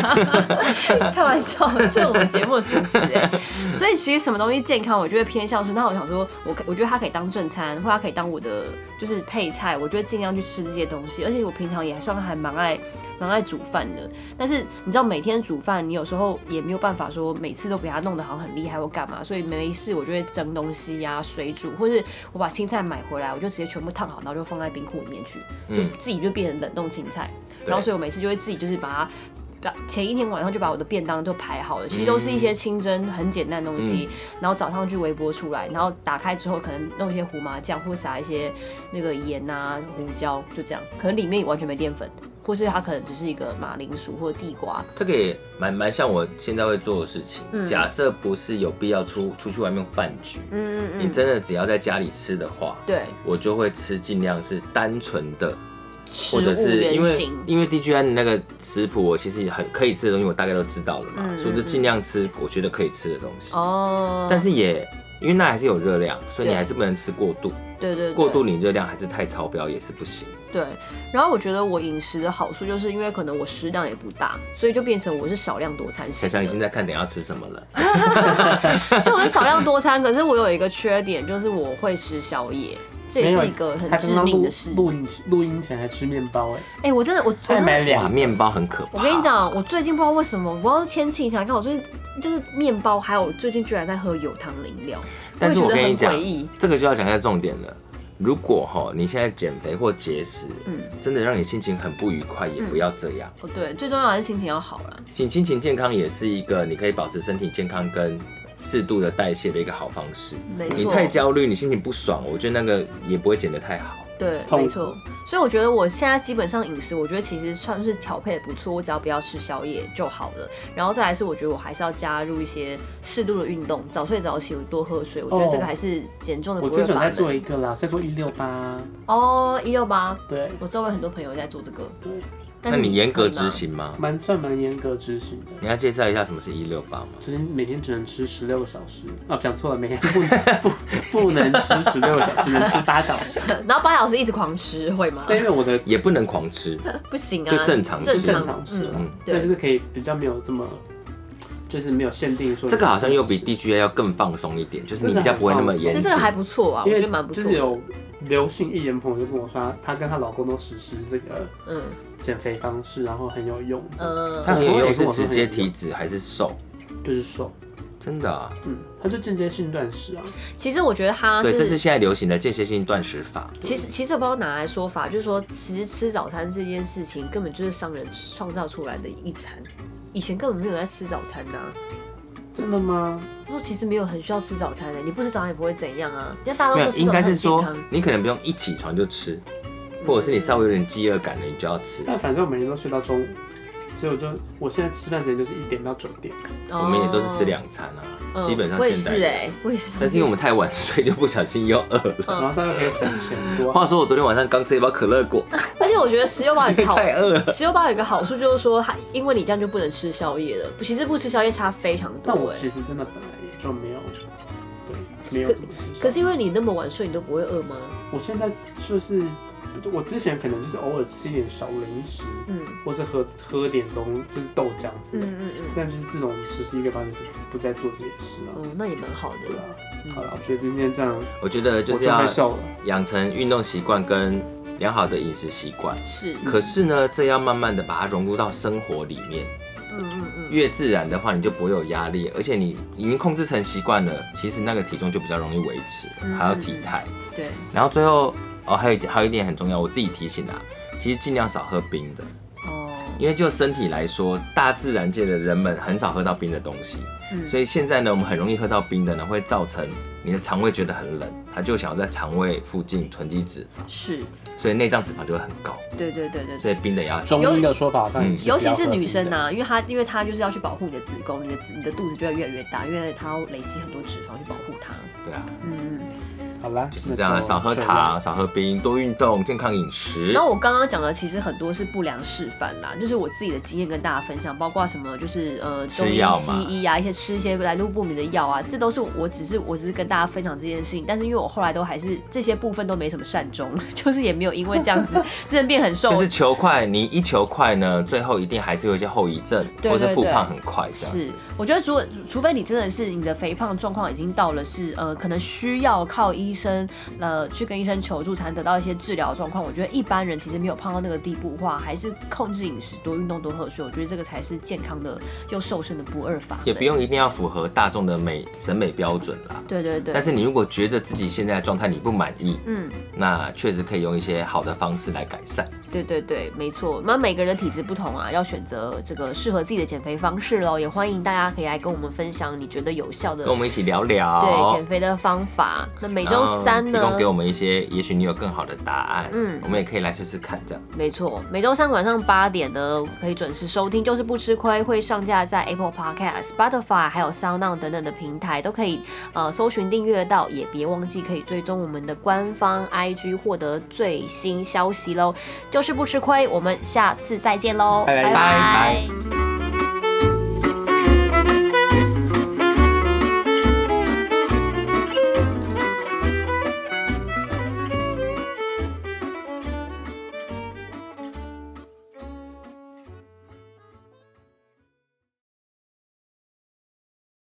啊开玩笑，这是我们节目的主旨哎。所以其实什么东西健康，我就会偏向说，那我想说，我可我觉得它可以当正餐，或它可以当我的就是配菜，我就会尽量去吃这些东西。而且我平常也算还蛮爱蛮爱煮饭的，但是你知道每天煮饭，你有时候也没有办法说每次都给它弄得好像很厉害或干嘛，所以没事我就会蒸东西呀、水煮，或是我把青菜买回来，我就直接全部烫好，然后就放在冰库里面去，就
嗯
自己就变成冷冻青菜。
对
然后所以我每次就会自己就是把它。把前一天晚上就把我的便当都排好了，其实都是一
嗯
些清蒸很简单的东西，然后早上去微波出来，然后打开之后可能弄一些胡麻酱或撒一些那个盐啊、胡椒，就这样。可能里面完全没淀粉，或是它可能只是一个马铃薯或地瓜。
这个也蛮蛮像我现在会做的事情。假设不是有必要出出去外面饭局，
嗯
你真的只要在家里吃的话，
对，
我就会吃尽量是单纯的，
食
或者
物
是因
原
为
型。
因为 D G N 的那个食谱，我其实很可以吃的东西我大概都知道了嘛，
嗯
所以我就尽量吃我觉得可以吃的东西。
哦，
但是也因为那还是有热量，所以你
对
还是不能吃过度，
对对对
过度你热量还是太超标也是不行。
对，然后我觉得我饮食的好处就是因为可能我食量也不大，所以就变成我是少量多餐
想
型的。
想已经在看等一下要吃什么了，
就我是少量多餐，可是我有一个缺点，就是我会吃宵夜，这也
没有
是一个很
他
致
刚刚
命
录
的事。
录音录音前还吃面包哎，
哎、我真的，我我
太
真
没
的，
脸
哇，
了。
面包很可怕。
我跟你，讲，我最近不知道为什么，我不知道是天气影响，你看我最近就是面包，还有我最近居然在喝有糖的饮料，
但是
我
我
也觉
跟
得很
你讲
诡异。，
这个就要讲一下重点了。如果哈你现在减肥或节食，
嗯
真的让你心情很不愉快，也不要这样。
哦，对，最重要还是心情要好了。
心心情健康也是一个你可以保持身体健康跟适度的代谢的一个好方式。
没
你
错
太焦虑，你心情不爽，我觉得那个也不会减得太好。
对，
痛
没错。所以我觉得我现在基本上饮食，我觉得其实算是调配的不错，我只要不要吃宵夜就好了。然后再来是，我觉得我还是要加入一些适度的运动，早睡早起，我多喝水。我觉得
哦
这个还是减重的
我
不
最
二
准
法
在做一
门。
个啦，在做一六八，
哦，一六八，
对，
我周围很多朋友在做这个。
对
但
那
是
你严格
可以吗
执，行吗？
蛮算蛮严格执行的。
你要介绍一下什么是一六八吗？
就是每天只能吃十六个小时啊，讲错了，每天 不不不能吃十六个小时，只能吃八小 时。
然后八小时一直狂吃，会吗？
但因为我的
也不能 狂吃，
不行啊，
就正常
正
吃
正常吃啊
嗯
了，
嗯
对
但就是可以比较没有这么，就是没有限定说
这个好像又比 DGA 要更放松一点，就是你比较不会那么严
但
谨
这。个还不错啊，我
因
觉
为
得蛮不错
就
的。
是有刘姓艺人朋友就跟我说，她跟她老公都实施这个
嗯
减肥方式，然后很有用，
呃
它很有用是直接体脂还是瘦？
嗯
就是瘦，
真的、啊，
嗯，她就间接性断食啊，
其实我觉得它
对，这是现在流行的间歇性断食法。
其实其实我不知道拿来说法，就是说，其实吃早餐这件事情根本就是商人创造出来的一餐，以前根本没有在吃早餐的、啊。
真的吗？
他说其实没有很需要吃早餐的、你不吃早餐也不会怎样啊。人家大家
没
都
有，
说吃
应
早
该
餐
是
很健
说
康，
你可能不用一起床就吃，或者是你稍微有点饥饿感了，你就要吃。
但反正我每天都睡到中午，所以我就我现在吃饭时间就是一点到九点，
哦
我们也都是吃两餐啊，
嗯
基本上
我也
现
是
在。
哎、我也是。
但是因为我们太晚睡，就不小心又饿了。
嗯
然后这样又可以省钱多好
话说我昨天晚上刚吃一包可乐果，
而且我觉得十六八有一个好，
太饿了。
十六八有一个好处就是说，它因为你这样就不能吃宵夜了。其实不吃宵夜差非常多
但我
哎、
其实真的本来也就没有，对，没有怎么吃宵夜。
可是因为你那么晚睡，你都不会饿吗？
我现在就是，我之前可能就是偶尔吃一点小零食，
嗯
或是喝喝点东，就是豆浆之类
嗯
的。
嗯嗯，
但就是这种实施一个班就是不再做这件事了。
哦，那也蛮好
对
的。
啊，好了，我觉得今天这样，
我觉得就
我
是
就
要
会瘦了。
养成运动习惯跟良好的饮食习惯。
是，
可是呢，这要慢慢的把它融入到生活里面，
嗯嗯嗯，
越自然的话，你就不会有压力，而且你已经控制成习惯了，其实那个体重就比较容易维持，
嗯
还有体态。
对。
然后最后哦，还有一还有一点很重要，我自己提醒啊，其实尽量少喝冰的，
哦，
因为就身体来说，大自然界的人们很少喝到冰的东西，
嗯
所以现在呢，我们很容易喝到冰的呢，会造成你的肠胃觉得很冷，它就想要在肠胃附近囤积脂肪，
是，
所以内脏脂肪就会很高，
对对对对
所
对。
以冰的也要少。
中医的说法好像
嗯
也不要
尤其是
喝
女生
冰的
呐、因为她因为她就是要去保护你的子宫，你的子你的肚子就会越来越大，因为她要累积很多脂肪去保护它。
对啊，
好啦，
就是这样，少喝糖，。少喝冰，多运动，健康饮食
然。后我刚刚讲的其实很多是不良示范啦，就是我自己的经验跟大家分享，包括什么就是呃
吃
中医、
药嘛
西医啊一些吃一些来路不明的药啊，这都是我只是我只是跟大家分享这件事情，但是因为我后来都还是这些部分都没什么善终， 就是也没有因为这样 子真的变很瘦，
就是求快，你一求快呢，最后一定还是有一些后遗症，
对对
或是复胖很快这样子
是，我觉得除除非你真的是你的肥胖状况已经到了是呃，可能需要靠医生呃去跟医生求助才能得到一些治疗的状况。我觉得一般人其实没有胖到那个地步的话，还是控制饮食、多运动、多喝水，我觉得这个才是健康的又瘦身的不二法门。
也不用一定要符合大众的美审美标准啦。
对对对，
但是你如果觉得自己现在的状态你不满意，
嗯，
那确实可以用一些好的方式来改善。
对对对，没错。那每个人的体质不同啊，要选择这个适合自己的减肥方式喽。也欢迎大家可以来跟我们分享你觉得有效的
跟我们一起聊聊，
对减肥的方法。那每
然
周
后
三
提
呢，
供给我们一些，也许你有更好的答案，
嗯
嗯，我们也可以来试试看这样。
没错，每周三晚上八点呢，可以准时收听，就是不吃亏，会上架在 Apple Podcast、Spotify 还有 Sound On 等等的平台，都可以呃搜寻订阅到，也别忘记可以追踪我们的官方 IG，获得最新消息喽。就是不吃亏，我们下次再见喽，
拜拜
拜
拜
拜